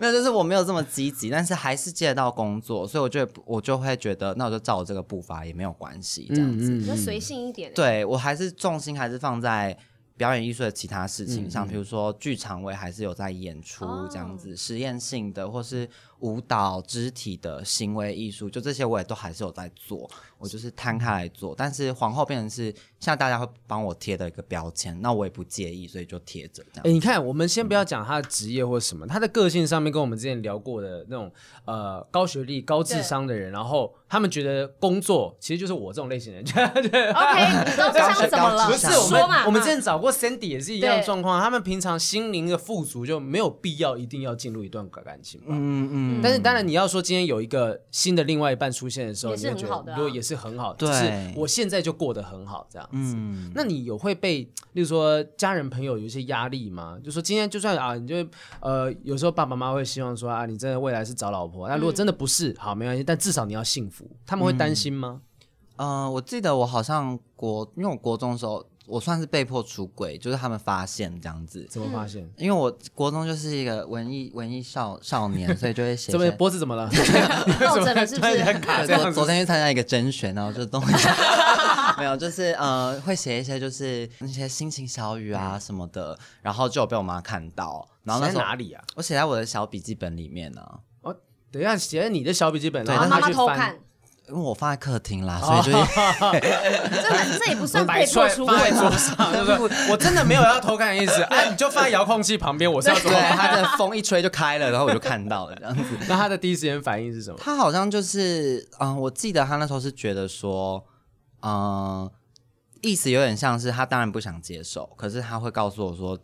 没有，就是我没有这么积极，但是还是接得到工作，所以我就我就会觉得，那我就照我这个步伐也没有关系，这样子。
嗯
比较
嗯
随性一点。，
对我还是重心还是放在表演艺术的其他事情上，比如说剧场，我也还是有在演出
哦
这样子，实验性的或是舞蹈、肢体的行为艺术，就这些我也都还是有在做，我就是摊开来做。但是皇后变成是现在大家会帮我贴的一个标签，那我也不介意，所以就贴着这
哎，
样。
你看，我们先不要讲他的职业或什么，他的个性上面跟我们之前聊过的那种呃高学历、高智商的人，然后他们觉得工作其实就是我这种类型的人，
OK，你都这样怎么了？
不
不是
是啊
我们
说嘛，
我们之前找过 Sandy 也是一样的
对
状况，他们平常心灵的富足就没有必要一定要进入一段感情嘛。
嗯嗯，
但是当然，你要说今天有一个新的另外一半出现的时候，
也
你
是
会
很
觉
好
得
的啊
如果也是很好，
对
就是我现在就过得很好这样子。
嗯
那你有会被，例如说家人朋友有一些压力吗？就说今天就算啊，你就呃，有时候爸爸妈妈会希望说啊，你真的未来是找老
嗯
婆，那如果真的不是，好没关系，但至少你要幸福。他们会担心吗？
呃，我记得我好像国，因为我国中的时候，我算是被迫出轨，就是他们发现这样子。
怎么发现？
因为我国中就是一个文艺文艺少少 年，所以就会写一
怎么
些
脖子怎么了？
抱着了是不是？
卡
对，昨昨天去参加一个甄选，然后就都 没有，就是呃，会写一些就是那些心情小语啊什么的，然后就有被我妈看到，然后那
在
时候
哪里啊？
我写在我的小笔记本里面呢、
哦，等一下写在你的小笔记本，
对
然
然
后
后
他
妈妈
去
偷
翻
看，，
因为我放在客厅啦，
哦
所以就是、
这这也不算
摆
被
出
迫
来
出
放在
轨
桌
吧？
上，对不 对？我真的没有要偷看的意思，哎，你就放在遥控器旁边，我是要怎
对
么
它
看？
的风一吹就开了，然后我就看到了这样子。
那他的第一时间反应是什么？
他好像就是，嗯、我记得他那时候是觉得说，嗯、意思有点像是他当然不想接受，可是他会告诉我说，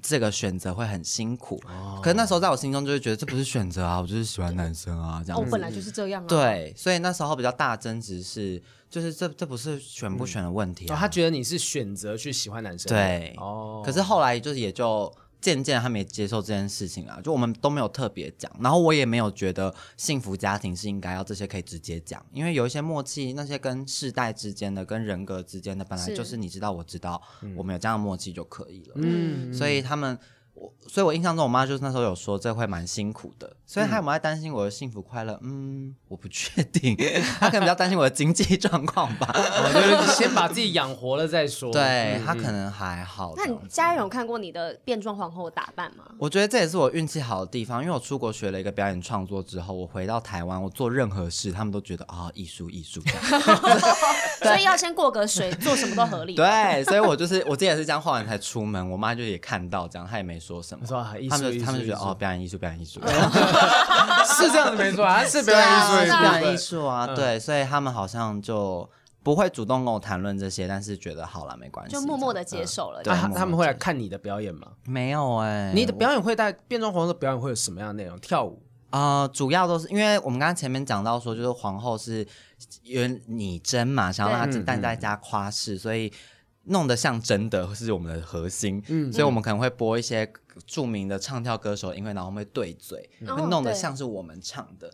这个选择会很辛苦。可是那时候在我心中就会觉得这不是选择啊，我就是喜欢男生啊，这
哦
样，子。
本来
嗯
就是这样啊。，
对，所以那时候比较大的争执是，就是这这不是选不选的问题、
哦
啊，
他觉得你是选择去喜欢男生，
对
哦，
可是后来就是也就渐渐他们也接受这件事情啊，就我们都没有特别讲，然后我也没有觉得幸福家庭是应该要这些可以直接讲，因为有一些默契，那些跟世代之间的、跟人格之间的，本来
是
就是你知道我知道，我们有这样的默契就可以了。
嗯
所以他们我所以，我印象中我妈就是那时候有说这会蛮辛苦的，所以
嗯
她有没有在担心我的幸福快乐？嗯，我不确 定，她可能比较担心我的经济状况吧。
哦就是先把自己养活了再说。
对
嗯
她可能还好。
那你家人有看过你的变装皇后的打扮吗？
我觉得这也是我运气好的地方，因为我出国学了一个表演创作之后，我回到台湾，我做任何事，他们都觉得啊，艺术艺术。这 样
所以要先过 个水，做什么都合理。
对，所以我就是我自己也是这样画完才出门，我妈就也看到这样，她也没说什么
我。说啊，艺
他
术，
们
艺
就
术
他们就觉得哦，，表演艺术，表演艺 术，表
艺术是这样子没错啊，是表演艺术的一
演
部
是
分，
表演艺术啊，
嗯
对，所以他们好像就不会主动跟我谈论这些，但是觉得好了，没关系，
就默默
这
的
样
接受了。
对
这
啊
样
他
我
他们会来看你的表演吗？
没有哎、
你的表演会带变装皇后的表演会有什么样的内容？跳舞
啊、主要都是因为我们刚刚前面讲到说，就是皇后是原拟真嘛，想要让
对
她但在家夸饰，所以弄得像真的 是我们的核心。所以我们可能会播一些著名的唱跳歌手音乐，然后我们会对嘴，
哦
会弄得
对
像是我们唱的，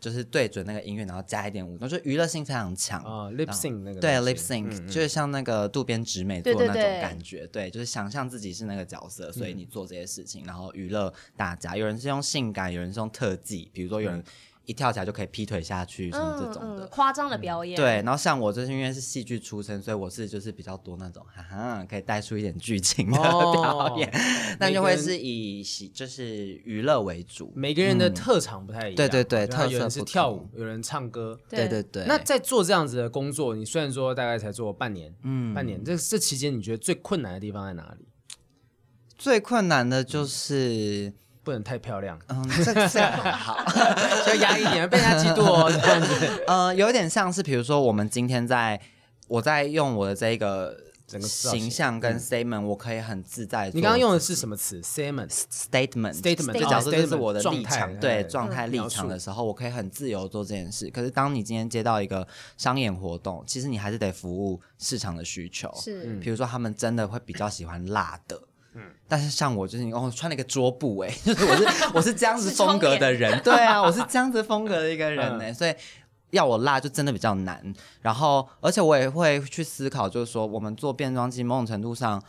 就是对准那个音乐，然后加一点舞动，就娱乐性非常强。
啊，lip
然后
sync 那个
对
东西
lip sync，、就是像那个渡边直美做
对对
那种
对
感觉，对，就是想象自己是那个角色，所以你做这些事情，然后娱乐大家。有人是用性感，有人是用特技，比如说有人一跳起来就可以劈腿下去什么这种的。
嗯夸张的表演。
对，，然后像我就是因为是戏剧出身，所以我是就是比较多那种哈哈，可以带出一点剧情的
哦
表演， 那、就
每个
会
人
是以喜就是娱乐为主。
每个人的特长不太一样，
嗯对对对
就他有
特色
人
不
是跳
同
舞，有人唱歌。
对对对，
那在做这样子的工作，你虽然说大概才做半年，嗯，半年，这这期间你觉得最困难的地方在哪里？
最困难的就是，
不能太漂亮，
嗯，这这 个还好。
就压抑一点，被人家嫉妒哦，这样子。
呃，有点像是，比如说我们今天在，我在用我的这一个
整个造型
形象跟 statement，、我可以很自在地
嗯
做。
你刚刚用的是什么词？salmon。
statement
statement，
就
哦
假设这是
statement，
我的
状
立
态
场，
哎
对
哎
状态
嗯
立
描
场
述
的时候，我可以很自由做这件事。可是当你今天接到一个商演活动，其实你还是得服务市场的需求。
是
比如说他们真的会比较喜欢辣的。但是像我就是哦，穿了一个桌布哎、 就是我是我是这样子风格的人，对啊，我是这样子风格的一个人哎、所以要我辣就真的比较难。然后，而且我也会去思考，就是说我们做变装机某种程度上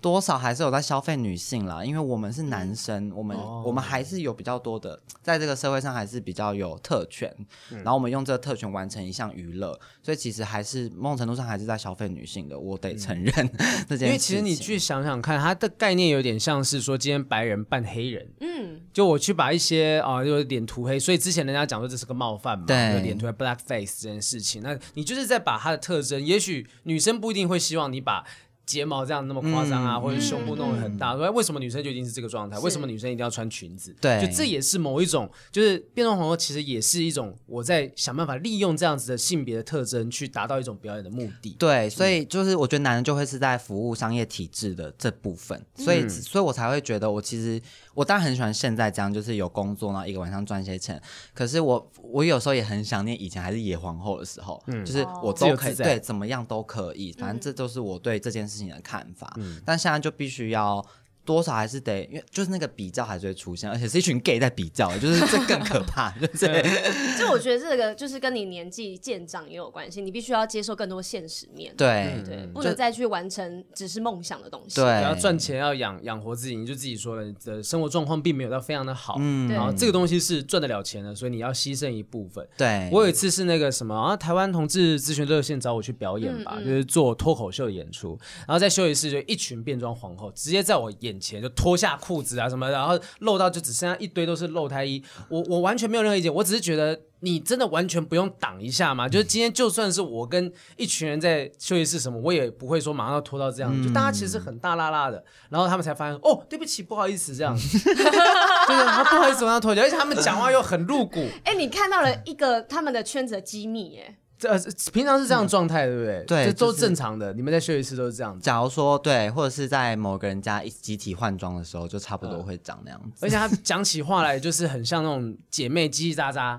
多少还是有在消费女性啦，因为我们是男生，我们、
哦
我们还是有比较多的，在这个社会上还是比较有特权，
嗯
然后我们用这个特权完成一项娱乐，所以其实还是某种程度上还是在消费女性的，我得承认、 这
嗯
件事情。
因为其实你去想想看，它的概念有点像是说，今天白人扮黑人，
嗯，
就我去把一些啊、就是脸涂黑，所以之前人家讲说这是个冒犯嘛，
对
就脸涂黑 blackface 这件事情，那你就是在把它的特征，也许女生不一定会希望你把。睫毛这样那么夸张
嗯
啊，或者胸部弄得很大，说、哎为什么女生就一定是这个状态？为什么女生一定要穿裙子？
对
就这也是某一种，就是变装皇后其实也是一种我在想办法利用这样子的性别的特征去达到一种表演的目的。
对，所
嗯
以就是我觉得男人就会是在服务商业体制的这部分，所
嗯
以、所以我才会觉得我其实我当然很喜欢现在这样，就是有工作，然后一个晚上赚一些钱。可是我我有时候也很想念以前还是野皇后的时候，就是我
嗯自由
都可以
自在
对怎么样都可以，反正这都是我对这件事情的看法。
嗯
但现在就必须要。多少还是得，因为就是那个比较还是会出现，而且是一群 gay 在比较，就是这更可怕， 就是
嗯
就我觉得这个就是跟你年纪渐长也有关系，你必须要接受更多现实面。
对嗯
对，不能再去完成只是梦想的东西。
你嗯要
对，
赚钱，要养养活自己，你就自己说了，你的生活状况并没有到非常的好，
对
然后这个东西是赚得了钱的，所以你要牺牲一部分。
对，
我有一次是那个什么啊，台湾同志咨询热线找我去表演吧，就是做脱口秀演出，然后在休息室就一群变装皇后直接在我眼前就脱下裤子啊什么的，然后露到就只剩下一堆都是露胎衣，我我完全没有任何意见，我只是觉得你真的完全不用挡一下嘛，就是今天就算是我跟一群人在休息室什么，我也不会说马上要脱到这样，就大家其实很大拉拉的，然后他们才发现哦，对不起，不好意思这样， 就是他不好意思马上脱掉，而且他们讲话又很露骨。
哎，你看到了一个他们的圈子的机密耶，
这呃是平常是这样的状态，对不对？
嗯对
这都
就是
正常的。你们在休息室都是这样 子，
假如说对，或者是在某个人家一集体换装的时候，就差不多会长那样子。
而且他讲起话来就是很像那种姐妹叽叽喳喳，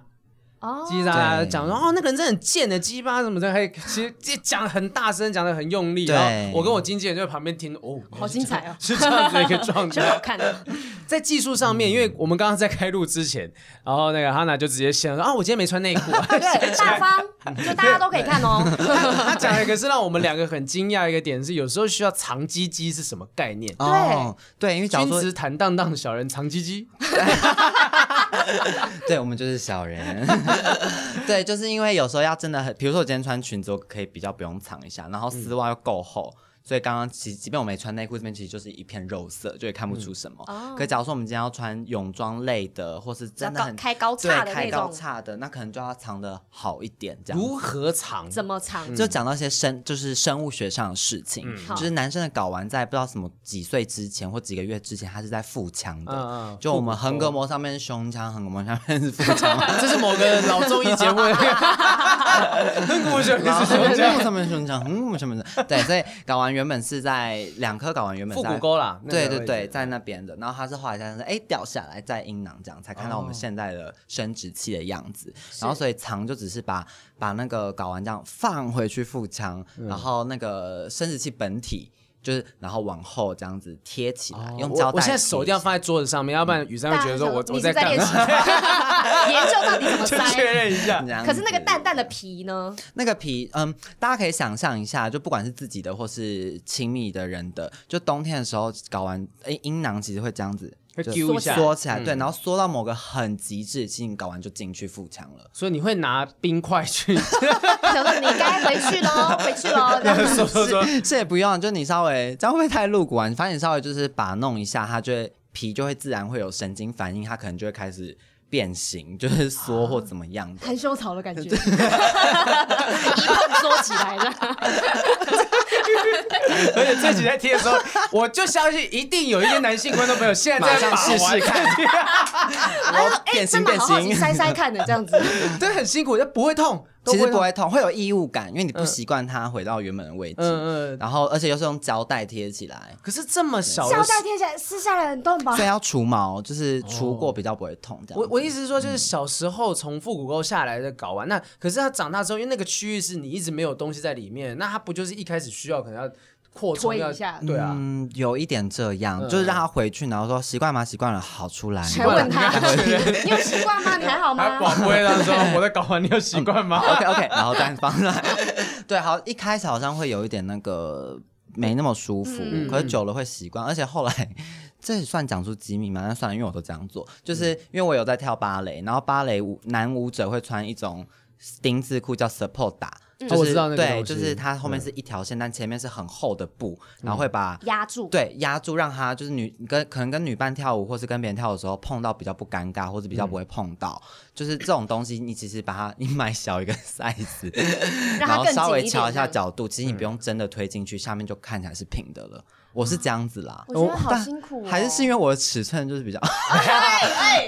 哦
叽叽喳喳地
对
讲说哦，那个人真的很贱的鸡巴什么的，还其实这讲得很大声，讲的很用力。
对
然后我跟我经纪人就在旁边听，哦，
好精彩哦，
是这样子一个状
真好
态。
看的，
在技术上
嗯
面，因为我们刚刚在开录之前，然后那个哈娜就直接先说啊，我今天没穿内 裤、啊。
对，大方，就大家都可以看哦。
他讲了一个是让我们两个很惊讶的一个点是，有时候需要藏鸡鸡是什么概念？
哦，对，因为假如
君
说
子坦荡荡，小人藏鸡鸡。
对我们就是小 人，对，就是因为有时候要真的很，比如说我今天穿裙子，我可以比较不用藏一下，然后丝袜又够厚。所以刚刚其即便我没穿内裤，这边其实就是一片肉色，就也看不出什么。
哦
可假如说我们今天要穿泳装类的，或是 真的
要高
很
开高叉的
对开
那种
高叉的，那可能就要藏的好一点，这样。
如何藏？
怎么藏？
嗯
就讲到一些生，就是生物学上的事情，
好
就是男生的睾丸在不知道什么几岁之前或几个月之前，它是在腹腔的，
嗯嗯
就我们横膈膜上面是胸腔，横膈膜上面是腹腔嘛，
这是某个老综艺节 目的。很古学，
然后
是
上
什么讲？
面上面胸腔，嗯，什么的，对，所以睾丸原本是在两颗睾丸原本
腹
是在
股沟啦，那个
对对
位置
对，在那边的。然后它是后来才是哎掉下来，在阴囊这样才看到我
哦
们现在的生殖器的样子。然后所以藏就只是把把那个睾丸这样放回去腹腔，
嗯
然后那个生殖器本体就是然后往后这样子贴起来，用胶带
哦
嗯
我。我现在手一定要放在桌子上面，要不然雨珊会觉得说我
大
我
家想你是在
干
练 习
嘛。
研究到底怎么
就
塞
确。认一下
这。样
可是那个
子
淡淡的皮呢？
那个皮，嗯，大家可以想象一下，就不管是自己的或是亲密的人的，就冬天的时候搞完，哎、阴囊其实会这样子，
会
就
揪一下
缩起来，对，然后缩到某个很极致，其实你搞完就进去腹腔了。
所以你会拿冰块 去
想说你该回去喽，回去喽。这样
说说说，
这也不用，就你稍微这样会不会太露骨啊？你反正你稍微就是把弄一下，它就会皮就会自然会有神经反应，它可能就会开始变形， 就是缩或怎么样的。
含羞草的感 觉，一碰缩起来了。
而且这几天贴的时候，我就相信一定有一些男性观众 朋友现在
马
在
上
把
试
玩
试。 看，
哎呦哎，
哦变形
真的好好奇，
变形
塞塞看的这样子。
对，很辛苦，但不会痛，都
其实不
痛。
会痛，会有异物感，因为你不习惯它回到原本的位置。
嗯嗯。
然后而且又是用胶带贴起来，
可是这么小的
胶带贴起来撕下来很痛吧
所？以要除毛，就是除过比较不会痛这样子。
哦我我意思是说，就是小时候从腹股沟下来的睾丸，那可是他长大之后，因为那个区域是你一直没有东西在里面，那他不就是一开始需要可能要扩充
推一
要
下
对啊，
嗯，有一点这样，
嗯
就是让他回去，然后说习惯吗？习惯了，好出来。
还问他
习惯了，
你有习惯吗？你还
还
好吗？
啊广播他 说我在睾丸，你有习惯吗？
OK OK，然后再放来。 对，好，一开始好像会有一点那个没那么舒服，
嗯
可是久了会习惯，而且后来。这也算讲出机密吗？那 算了，因为我都这样做，
嗯
就是因为我有在跳芭蕾，然后芭蕾舞男舞者会穿一种丁字裤叫 support 打，就是、
哦我知道那个
对，
东西嗯
就是它后面是一条线，但前面是很厚的布，然后会把
压住。
对，压住让他就是女跟可能跟女伴跳舞，或是跟别人跳舞的时候碰到比较不尴尬，或者比
嗯
较不会碰到，就是这种东西，你其实把它你买小一个 size，
让
然
它
后
更
稍
紧
微
一点
调一
这
下
样
角度，其实你不用真的推进去，下面就看起来是平的了。我是这样子啦，
我觉得好
但
辛苦哦。
还是是因为我的尺寸就是 比较
哎哎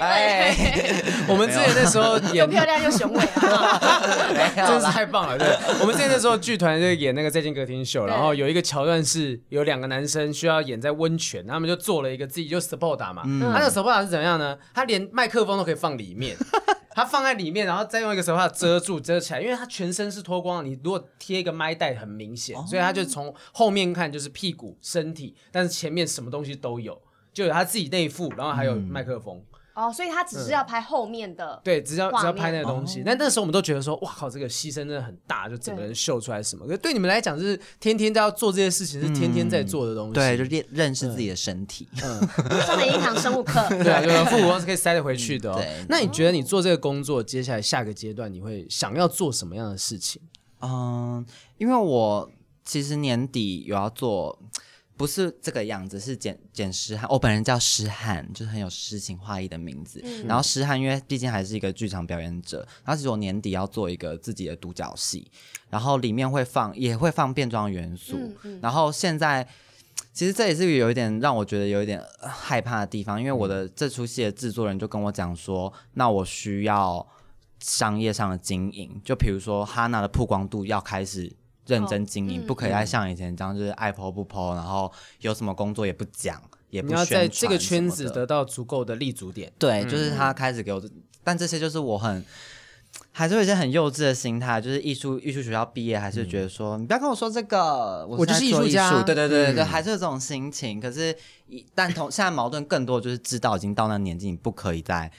哎，
我们之前那时 候
又
演
漂亮又雄伟啊！
没
真
有
是
啦，
太棒了！对， 我们之前那时候剧团就演那个《再见歌厅秀》，然后有一个桥段是有两个男生需要演在温泉，他们就做了一个自己就 support 打嘛。他的 support 打是怎么样呢？他连麦克风都可以放里 面，他放在里面，然后再用一个 support 打遮住遮起来，因为他全身是脱光的。你如果贴一个麦带很明显，所以他就从后面看就是屁股、身体，但是前面什么东西都有，就有他自己那一副，然后还有麦克风。
哦，所以他只是要拍后面的。
对，只要
画
只要
面
拍那个
哦
东西。但那时候我们都觉得说，哇靠，这个牺牲真的很大，就整个人秀出来什么。可是对你们来讲，就是天天都要做这些事情，是天天在做的东西。
嗯对，就认认识自己的身体。
上了一堂生物课。
对啊，就是复古光是可以塞得回去的哦
嗯对。
那你觉得你做这个工作，接下来下个阶段你会想要做什么样的事情？
嗯，因为我其实年底有要做，不是这个样子，是简简诗翰，我本人叫诗翰，就是很有诗情画意的名字。然后诗翰，因为毕竟还是一个剧场表演者，然后其实我年底要做一个自己的独角戏，然后里面会放也会放变装元素，
嗯嗯
然后现在。其实这也是有一点让我觉得有一点呃害怕的地方，因为我的这出戏的制作人就跟我讲说，那我需要商业上的经营，就比如说哈娜的曝光度要开始认真经营，
哦嗯
不可以再像以前这样就是爱 po 不 po，然后有什么工作也不讲，也不
你要
宣
在这个
传什
圈
么
子
的
得到足够的立足点。
对，就是他开始给我，但这些就是我很还是有一些很幼稚的心态，就是艺术艺术学校毕业，还是觉得说、你不要跟我说这个，我
我
我
就是艺术家
对对对对对，
嗯
还是有这种心情。可是一，但同现在矛盾更多就是知道已经到那年纪，你不可以再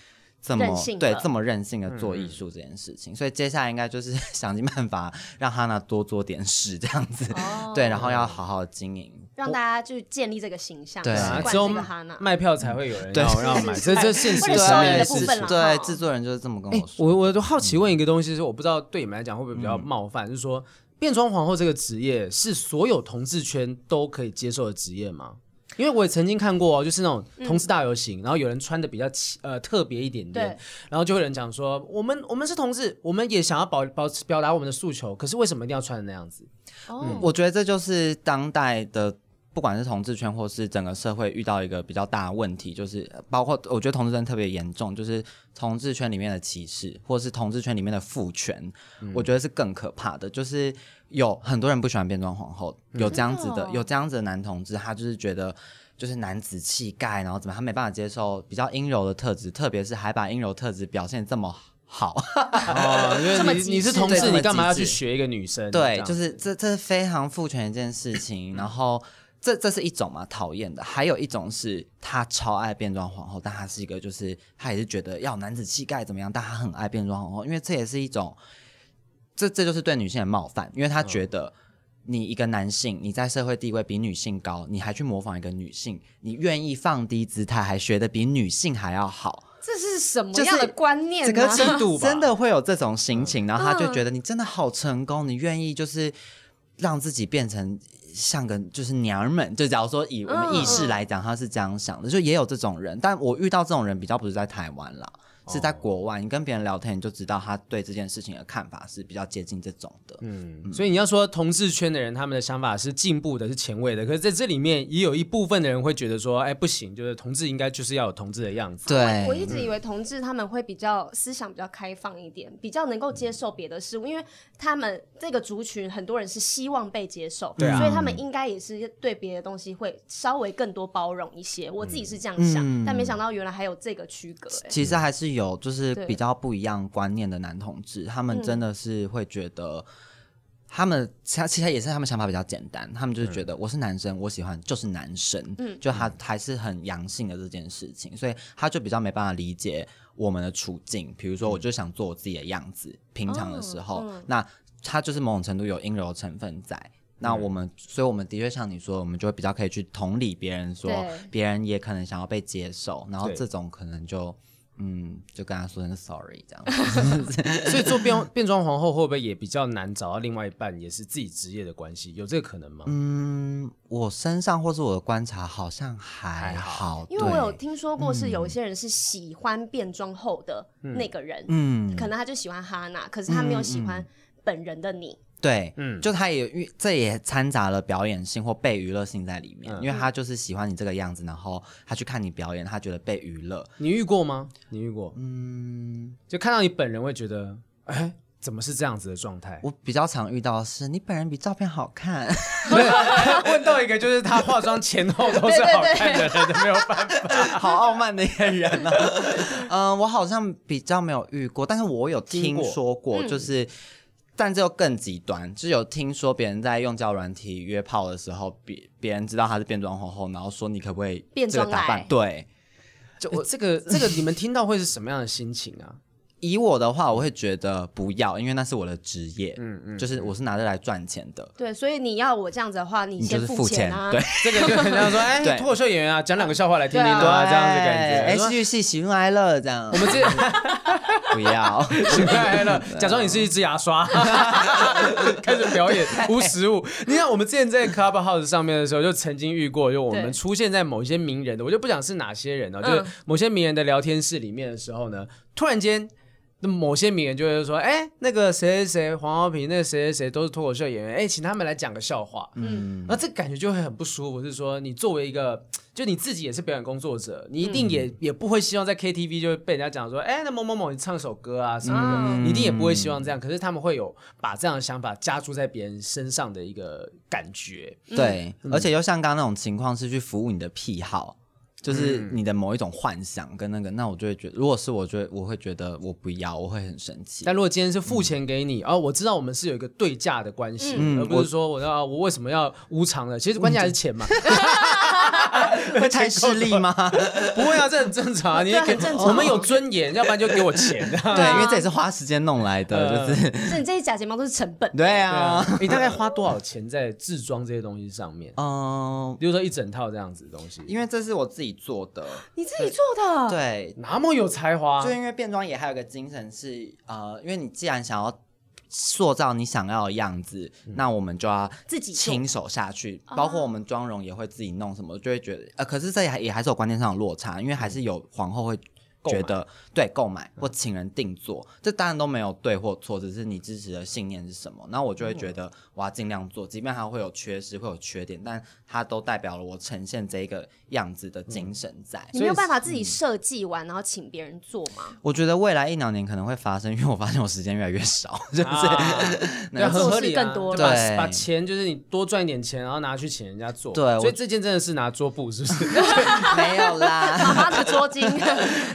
这么
任性了
对这么任性的做艺术这件事情。所以接下来应该就是想尽办法让哈娜多做点事这样子，
哦
对，然后要好好经营。
让大家去建立这个形象，习
对啊
啊
惯
只有
这个哈娜。
卖票才会有人
对
要让买，这啊这现实
为了
上
收
面
益的部
事
分
情
啦。
对
哈
制作人就是这么跟
哎
我，说。
我我都好
嗯
奇问一个东西，是我不知道对你们来讲会不会比较冒犯，就是说变装皇后这个职业是所有同志圈都可以接受的职业吗？因为我也曾经看过哦，就是那种
嗯
同志大游行，然后有人穿的比较奇呃特别一点点
对，
然后就会有人讲说，我们我们是同志，我们也想要保保表达我们的诉求，可是为什么一定要穿的那样子？
哦，
我觉得这就是当代的，不管是同志圈或是整个社会遇到一个比较大的问题，就是呃包括我觉得同志圈特别严重，就是同志圈里面的歧视，或是同志圈里面的父权，我觉得是更可怕的。就是有很多人不喜欢变装皇后，有这样子
真
的
的哦，
有这样子的男同志，他就是觉得。就是男子气概，然后怎么样他没办法接受比较阴柔的特质，特别是还把阴柔特质表现这么好，
哦，因
这么
为
极
你你是
致
同
对这
志，
么
你干嘛要
极
去
致
学一个女生？这
对，
样
就是这这是非常父权的一件事 情。然后这这是一种嘛讨厌的，还有一种是他超爱变装皇后，但他是一个就是他也是觉得要有男子气概怎么样，但他很爱变装皇后，因为这也是一种这这就是对女性的冒犯，因为
嗯
他觉得。你一个男性，你在社会地位比女性高，你还去模仿一个女性，你愿意放低姿态，还学的比女性还要好，
这是什么样的观念
这个
呢？
是嫉妒吧
真的会有这种心情，然后他就觉得你真的好成功，你愿意就是让自己变成像个就是娘儿们，就假如说以我们意识来讲，他是这样想的，就也有这种人，但我遇到这种人比较不是在台湾啦。是在国外，你跟别人聊天，你就知道他对这件事情的看法是比较接近这种的。
所以你要说同志圈的人，他们的想法是进步的，是前卫的。可是在这里面，也有一部分的人会觉得说，哎，不行，就是同志应该就是要有同志的样子。
对，
我一直以为同志他们会比较思想比较开放一点，比较能够接受别的事物，因为他们这个族群很多人是希望被接受，
对啊
所以他们应该也是对别的东西会稍微更多包容一些。我自己是这样想，
嗯
但没想到原来还有这个区隔、欸，
其实还是有，就是
对
比较不一样观念的男同志，他们真的是会觉得，他们其实其实也是他们想法比较简单，他们就是觉得我是男生，我喜欢就是男生，嗯，就他还是很阳性的这件事情，所以他就比较没办法理解我们的处境。比
嗯
如说，我就想做我自己的样子，平常的时
哦
候，那他就是某种程度有阴柔成分在。
嗯
那我们，所以我们的确像你说，我们就会比较可以去同理别人说
对
别人也可能想要被接受，然后
对
这种可能就嗯，就跟他说声 sorry 这样。
所以做变变装皇后会不会也比较难找到另外一半，也是自己职业的关系，有这个可能吗？
嗯，我身上或是我的观察好像还好，
因为我有
对嗯
听说过是有一些人是喜欢变装后的那个人，
嗯，
可能他就喜欢哈娜，可是他没有喜欢本人的你。
对，
嗯
就他也因为这也掺杂了表演性或被娱乐性在里面，
嗯
因为他就是喜欢你这个样子，然后他去看你表演，他觉得被娱乐，
你遇过吗？你遇过？
嗯。
就看到你本人会觉得，哎，怎么是这样子的状态？
我比较常遇到的是你本人比照片好看，
问到一个就是他化妆前后都是好看的人，没有 办法。
好傲慢的一个人啊。嗯，我好像比较没有遇过，但是我有
听
听
过
说过，就是。但这又更极端，就是有听说别人在用交友软体约炮的时候，别别人知道他是变装皇后，然后说你可不可以
变
这个
装
打扮
来？
对，就
我
我
这个这个，你们听到会是什么样的心情啊？
以我的话，我会觉得不要，因为那是我的职业，嗯嗯，就是我是拿着来赚钱的，
对，所以你要我这样子的话，你
你就
先
是付
钱啊。
对，
这个就很像说，哎，
对
脱口秀演员啊，讲两个笑话来听听，
对啊
对啊，这样子的感觉。
哎，戏剧系喜怒哀乐这样
我，们这。
不要，
醒过来了，假装你是一只牙刷，开始表演无实物。你看我们之前在 Clubhouse 上面的时候，就曾经遇过，就我们
对
出现在某一些名人的，我就不讲是哪些人哦，就是
嗯
某些名人的聊天室里面的时候呢，突然间。那某些名人就会说：“哎、那个谁谁谁，黄浩平，那个谁谁谁都是脱口秀演员，哎、请他们来讲个笑话。”嗯，那这感觉就会很不舒服。是说你作为一个，就你自己也是表演工作者，你一定也、也不会希望在 KTV 就会被人家讲说：“哎、那某某某，你唱首歌啊什么的。
嗯
你一定也不会希望这样，可是他们会有把这样的想法加注在别人身上的一个感觉。
对，而且又像刚刚那种情况是去服务你的癖好，就是你的某一种幻想跟那个，那我就会觉得，如果是我，就会我会觉得我不要，我会很生气。
但如果今天是付钱给你，哦，我知道我们是有一个对价的关系，而不是说我要我为什么要无偿的，其实关键还是钱嘛，
会太势利吗？
不会啊，这很正常啊，你也给
很正常
我们有尊严，要不然就给我钱 啊。
对，因为这也是花时间弄来的，就是
这你这些假睫毛都是成本。
对
对
啊，
啊，你大概花多少钱在制装这些东西上面？
嗯，
比如说一整套这样子的东西，
因为这是我自己做的，
你自己做的，
对，
那么有才华
就，因为变装也还有个精神是，呃，因为你既然想要塑造你想要的样子，那我们就要
自己做
亲手下去，包括我们妆容也会自己弄什么，就会觉得，呃，可是这也还也还是有观念上的落差，因为还是有皇后会。觉得对购买或请人定做，这当然都没有对或错，只是你支持的信念是什么。那我就会觉得我要尽量做，即便它会有缺失、会有缺点，但它都代表了我呈现这一个样子的精神在。
你没有办法自己
嗯
设计完，然后请别人做吗？
我觉得未来一两年可能会发生，因为我发现我时间越来越少，就是、
啊对，
能
很合理啊，
做事更多
就把
对
把钱就是你多赚一点钱，然后拿去请人家做。
对我
所以这件真的是拿桌布，是不 是？
没有啦。
他的捉襟，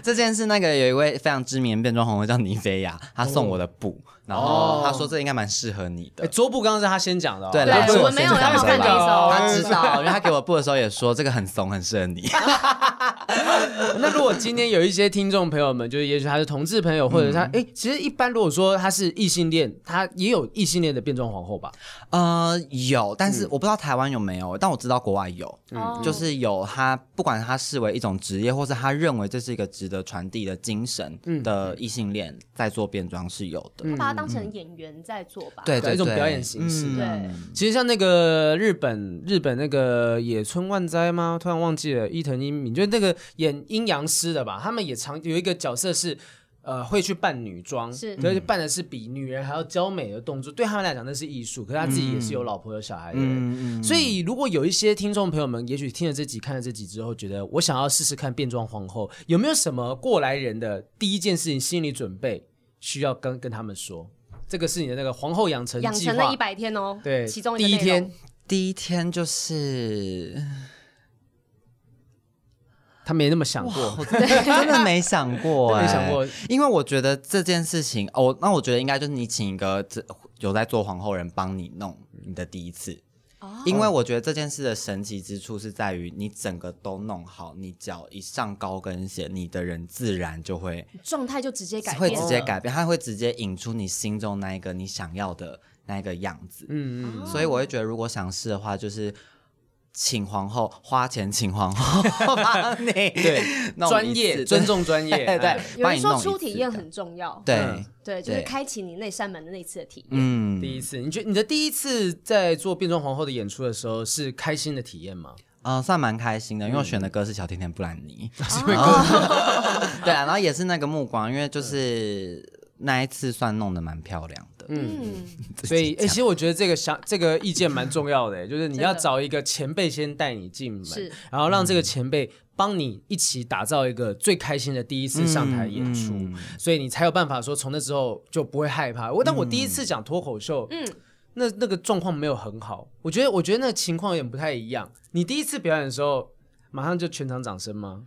这件事那个有一位非常知名的变装皇后叫尼菲亚，她送我的布，然后她说这应该蛮适合你的。
哎桌布刚刚是他先讲的哦，
对
对
啦，
我们没有要冒犯
看
你哦
她知道，因为她给我布的时候也说这个很怂，很适合你。
那如果今天有一些听众朋友们，就是也许他是同志朋友，或者
嗯
他哎、诶其实一般如果说他是异性恋，他也有异性恋的变装皇后吧？
呃，有，但是我不知道台湾有没有，但我知道国外有。
哦
就是有他，不管他视为一种职业，或是他认为这是一个值得传递的精神的异性恋，在做变装是有的。
把它当成演员在做吧。
对对嗯
一种表演形式。
对，
其实像那个日本，日本那个野村万斋吗？突然忘记了伊藤英明，就是那个演阴阳师的吧？他们也常有一个角色是。呃，会去扮女装，
是
而且扮的是比女人还要娇美的动作，对他们来讲那是艺术，可是他自己也是有老婆有小孩的人，
嗯嗯
所以，如果有一些听众朋友们，也许听了这集、看了这集之后，觉得我想要试试看变装皇后，有没有什么过来人的第一件事情心理准备需要跟跟他们说？这个是你的那个皇后养成
养
计
成了
划
一，百天哦，
对，
其中一个
第一
内容
天，
第一天就是
他没那么想过，
我真的真的 没想 过、
真
欸，
没想过，
因为我觉得这件事情，哦，那我觉得应该就是你请一个这有在做皇后人帮你弄你的第一次。
哦
因为我觉得这件事的神奇之处是在于，你整个都弄好，你脚一上高跟鞋，你的人自然就会
状态就直接改
会
变了，哦
直接改变，它会直接引出你心中那一个你想要的那一个样子。
嗯嗯，
哦
所以我会觉得，如果想试的话，就是请皇后花钱，请皇后 帮你对
专 业，尊重专业，
对对
哎，
有
帮
人
你
说
弄一
初
次
体验
的
很重要，
对
嗯，
对，就是
对
开启你那扇门的那一次的体验。
嗯，
第一次，你觉得你的第一次在做变装皇后的演出的时候是开心的体验吗？
呃，算蛮开心的，因为我选的
嗯
歌是小甜甜布兰 妮，
哦
对啊，然后也是那个目光，因为就是那一次算弄得蛮漂亮的，
嗯，
所以，哎、其实我觉得这个想这个意见蛮重要的、就是你要找一个前辈先带你进门
是，
然后让
嗯
这个前辈帮你一起打造一个最开心的第一次上台演出，
嗯嗯
所以你才有办法说从那之后就不会害怕。我但我第一次讲脱口秀，嗯，那那个状况没有很好，我觉得我觉得那个情况有点不太一样。你第一次表演的时候，马上就全场掌声吗？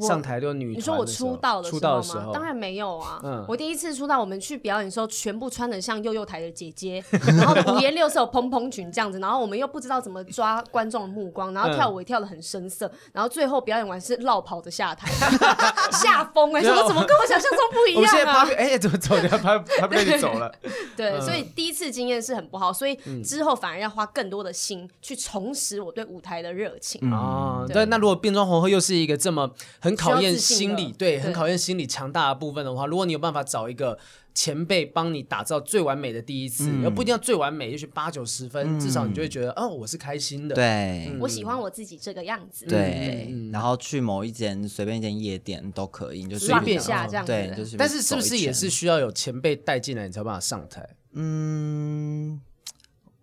我
上台都女团
你说我
的时候
出道的
出道的
时
时
候吗？
候，
当然没有啊！
嗯
我第一次出道，我们去表演的时候，全部穿的像幼幼台的姐姐，然后五颜六色蓬蓬裙这样子，然后我们又不知道怎么抓观众的目光，
嗯
然后跳舞也跳的很生涩，然后最后表演完是绕跑的下台， 吓疯哎！
对啊
怎么怎么跟我想象中不
我
一
们现在嗯
样
趴
啊？
哎、怎么 走？等一下趴趴被你走了。
对，所以第一次经验是很不好，所以
嗯
之后反而要花更多的心去重拾我对舞台的热情。
嗯
啊
哦，
对
对，那如果变装皇后又是一个这么很考验
需
心
要自信
理，
的
对，
对
很考验心理强大的部分的话，如果你有办法找一个前辈帮你打造最完美的第一次，而不一定要
嗯
最完美，也许八九十分，至少你就会觉得，哦，我是开心的。，
对
嗯
我喜欢我自己这个样子。
对，然后去某一间随便一间夜店都可以，你就
刷
便
一下这样子。
对，就是
但是是不
走
是
一
也
圈
是需要有前辈带进来，你才有办法上台？
嗯，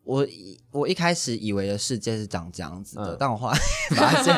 我一我一开始以为的世界是长这样子的，
嗯
但我后来 发现，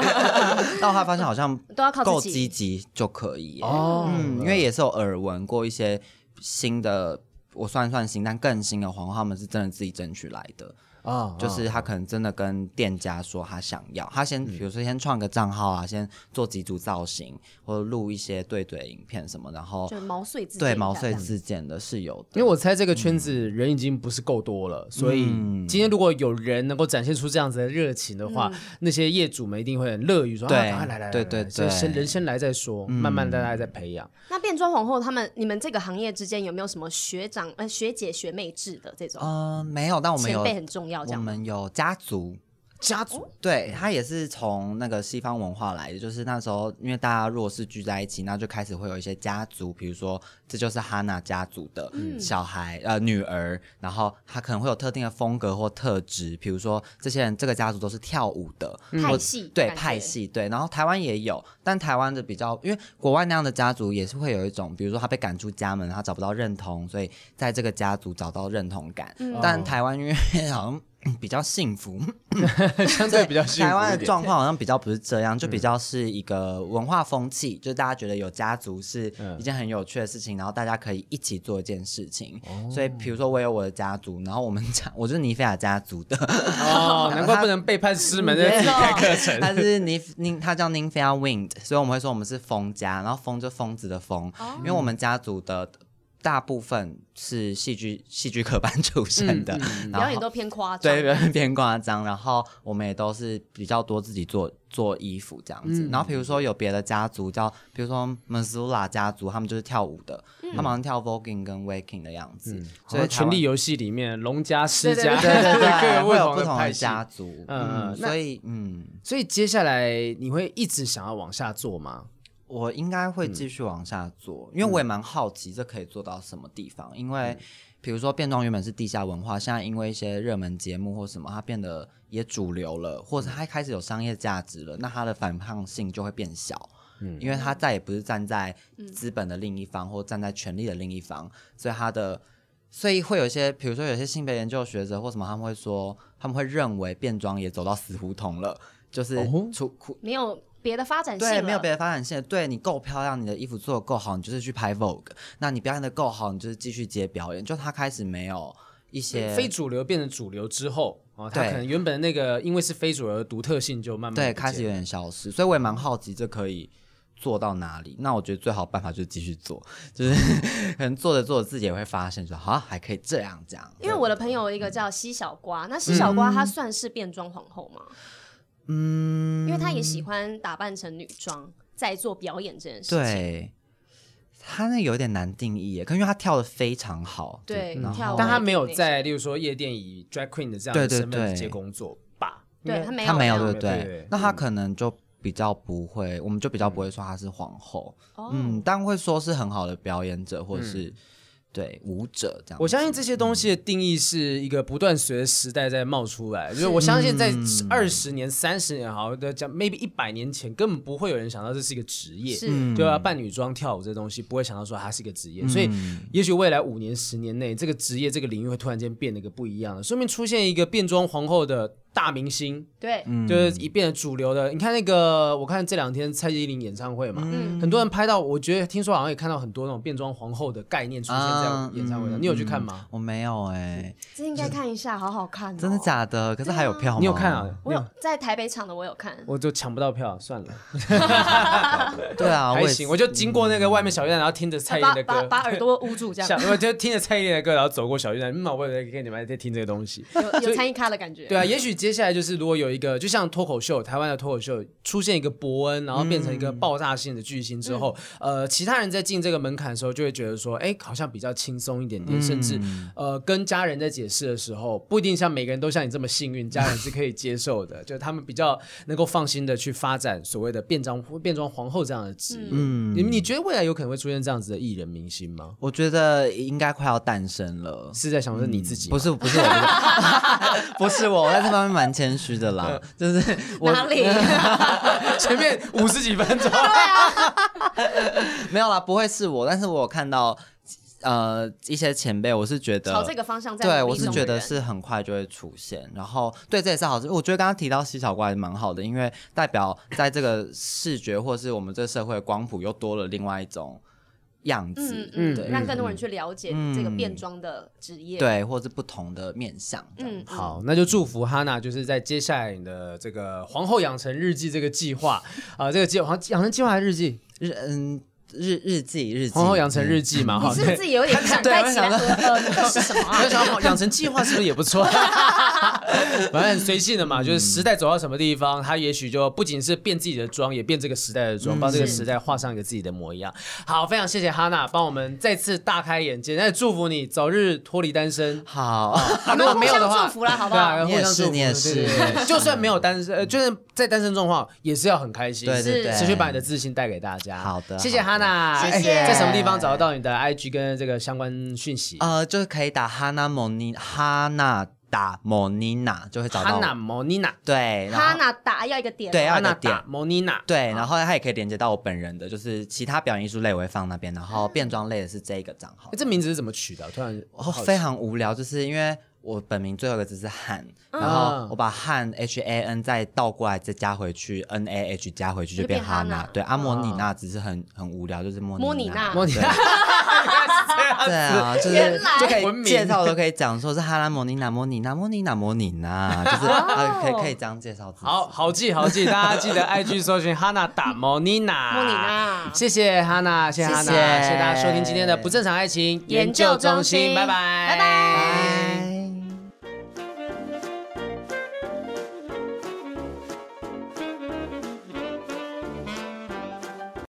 但我后来发现好像
都要靠
够
自
积
己
极就可以耶。
哦
嗯，因为也是有耳闻过一些新的。我算一算新，但更新的皇后他们是真的自己争取来的，
啊
就是他可能真的跟店家说他想要，他
嗯
先比如说先创个账号啊，先做几组造型，或者录一些对对影片什么，然后
就毛遂自荐
对
这
毛遂
样
自荐的是有的。
因为我猜这个
嗯
圈子人已经不是够多了，所以今天如果有人能够展现出这样子的热情的
嗯
话，那些业主们一定会很乐于说：“
对
啊，赶快来来来，来
对对
来先
对嗯
先人先来再说，慢慢大家再培 养。
那变装皇后他们，你们这个行业之间有没有什么学长、呃学姐、学妹制的这种？
嗯、没有，但我们
前
有
辈很重要，
我
这样吗。
们有家族，
家族
对他也是从那个西方文化来的，就是那时候因为大家如果是聚在一起，那就开始会有一些家族，比如说这就是哈娜家族的小孩、呃女儿，然后他可能会有特定的风格或特质，比如说这些人这个家族都是跳舞的，
派
或
系
嗯对
感觉
派系对，然后台湾也有，但台湾的比较，因为国外那样的家族也是会有一种，比如说他被赶出家门，他找不到认同，所以在这个家族找到认同感，
嗯
但台湾因为好像。比较幸福，
相 对比较幸
台湾
福一
的
点。
状况好像比较不是这样，就比较是一个文化风气，就是大家觉得有家族是
嗯
一件很有趣的事情，然后大家可以一起做一件事情。
哦
所以，比如说我有我的家族，然后我们家我就是尼菲亚家族的，
哦，难怪不能背叛师门，在自己开课程。
他是尼宁，他叫 Ninfia Wind，所以我们会说我们是风家，然后风就疯子的疯，
哦
因为我们家族的大部分是戏剧戏剧科班
嗯
出身的，然
表演
后。
都偏夸张，
对，表演 偏夸张。然后我们也都是比较多自己做做衣服这样子。
嗯
然后比如说有别的家族叫，比如说 Mazula 家族，他们就是跳舞的，
嗯
他们好像跳 voguing 跟 waking 的样子。所
所以
以台
权
湾
力游戏里面，龙家、施家，
对对 对
各
对，
有
会有
同
不
的
同
派
的
系
家族，
嗯
嗯，
那
所以嗯，
所以接下来你会一直想要往下做吗？
我应该会继续往下做，因为我也蛮好奇这可以做到什么地方。因为比如说变装原本是地下文化，现在因为一些热门节目或什么，它变得也主流了，或者它开始有商业价值了，那它的反抗性就会变小。嗯，因为它再也不是站在资本的另一方，或站在权力的另一方，所以它的。所以会有一些，比如说有些性别研究学者或什么，他们会说，他们会认为变装也走到死胡同了，就是
哦
出出
没有别的发展性
对，没有
了
别的发展性。对你够漂亮，你的衣服做的够好，你就是去拍 Vogue；那你表演的够好，你就是继续接表演。就他开始没有一些
非主流变成主流之后，哦，它
对
可能原本那个因为是非主流的独特性就慢慢
对
不见
开始有点消失，所以我也蛮好奇这可以。做到哪里？那我觉得最好办法就是继续做，就是 可能做着做着自己也会发现说，啊，还可以这样这样。
因为我的朋友有一个叫西小瓜，
嗯
那西小瓜她算是变装皇后吗？嗯，因为她也喜欢打扮成女装，在做表演这件事情。
对他那有点难定义耶，可能因为他跳的非常好，
对
然
跳
后
舞
但他没有在，例如说夜店以 drag queen 的这样的
对对
身份
对
接工作吧？
对
应该
他没有
他没有，
没
对
有
不
对
对？
对
嗯
那他可能就比较不会，我们就比较不会说她是皇后，
哦，嗯
嗯，但会说是很好的表演者或者是、对舞者这样子。
我相信这些东西的定义是一个不断随着时代在冒出来，就是我相信在
嗯
二十年、三十年，好的讲，maybe 一百年前根本不会有人想到这是一个职业，
是
嗯
对啊，扮女装、跳舞这东西不会想到说它是一个职业，所以
嗯
也许未来五年、十年内，这个职业这个领域会突然间变得一个不一样的，说明出现一个变装皇后的大明星，
对，
嗯
就是一变得主流的。你看那个，我看这两天蔡依林演唱会嘛，
嗯
很多人拍到，我觉得听说好像也看到很多那种变装皇后的概念出现在
啊
演唱会上，
嗯
你有去看吗？
我没有哎、
这应该看一下，好好看、哦，
真的？假的？可是还有票吗？
你有看啊？
我有在台北场的，我有看，
我就抢不到票，算了，
对啊，我
还
也
行。
是
我就经过那个外面小巨蛋，然后听着蔡依林
把
的
把
歌，
把耳朵捂住 这
想
样，
我就听着蔡依林的歌，然后走过小巨蛋，嗯，我也跟你们在听这个东西。
有有参与咖的感觉。
对啊，也许接下来就是如果有一个，就像脱口秀，台湾的脱口秀出现一个伯恩，然后变成一个爆炸性的巨星之后，呃，其他人在进这个门槛的时候，就会觉得说，哎，好像比较轻松一点点，甚至呃，跟家人在解释的时候，不一定像每个人都像你这么幸运，家人是可以接受的，就他们比较能够放心的去发展所谓的变装变装皇后这样的职业。你你觉得未来有可能会出现这样子的艺人明星吗？
我觉得应该快要诞生了。
是在想的是你自己吗、
不是不是我不是， 不是我，我在这方面蛮谦虚的 啦，就是 我
哪 里？
前面五十几分钟。
没有啦，不会是我，但是我有看到呃一些前辈，我是觉得
朝这个方向在
对，
努
我
力
是
中
觉
的
得
人
是很快就会出现，然后对这也是好事。我觉得刚刚提到西小怪蛮好的，因为代表在这个视觉或是我们这社会的光谱又多了另外一种。样
嗯
子，
嗯
对
嗯，让更多人去了解这个变装的职业。，
嗯对，或者是不同的面向这样。
嗯，
好，那就祝福哈娜，就是在接下来你的这个皇后养成日记这个计划 啊、这个计划养成计划还是日记，
日嗯日日记日记，嗯
皇后养成日记嘛，
嗯你
哈、
是不 是自己有点想
对
带
我
起来
想
喝喝那个是什么啊？
那想养成计划是不是也不错？ 反正很随性的
嗯
嘛，就是时代走到什么地方，他也许就不仅是变自己的妆，也变这个时代的
嗯
妆，帮这个时代画上一个自己的模样。好，非常谢谢哈娜，帮我们再次大开眼界，那祝福你早日脱离单身。
哦
好，
啊如果没有的
我们互
话，
相祝福啦好不好
对啊
你也
互相祝
是
福
你也是
对对 对就算没有单身，呃，就是在单身状况，也是要很开心，
对对对，
持续把你的自信带给大家。
好的
谢谢哈
好的
娜。
谢
哎
谢
在什么地方找得到你的 IG 跟这个相关讯息？
呃，就是可以打哈娜莫尼哈娜打莫妮娜就会找
哈
到
娜
我。
莫妮娜。
对，然
哈
后
娜达要一个点，啊
对
安
要
娜
的
达
点。
莫妮娜，
对，然后它也可以连接到我本人的，就是其他表演艺术类我会放那边，然后变装类的是这一个账号
诶。这名字是怎么取的啊？突然
哦，非常无聊，就是因为我本名最后一个字是汉，然
啊
后我把汉 H A N 再倒过来再加回去 N A H 加回去
就
就
变
变哈
哈
娜
娜。嗯
对，阿莫妮娜只是很很无聊，就是莫
莫妮
妮
娜
娜。
莫妮 娜，
对啊，就是
原来
就可
文明
以介绍都可以讲说是哈拉莫妮娜莫妮娜莫妮娜莫妮娜，就 是啊可以可以这样介绍自己。
好好记好记，大家记 得 IG 搜寻哈娜打莫妮娜，
莫妮娜
谢谢哈娜，谢谢哈娜，
谢谢
谢谢大家收听今天的不正常爱情
研究中心
拜拜，
拜拜。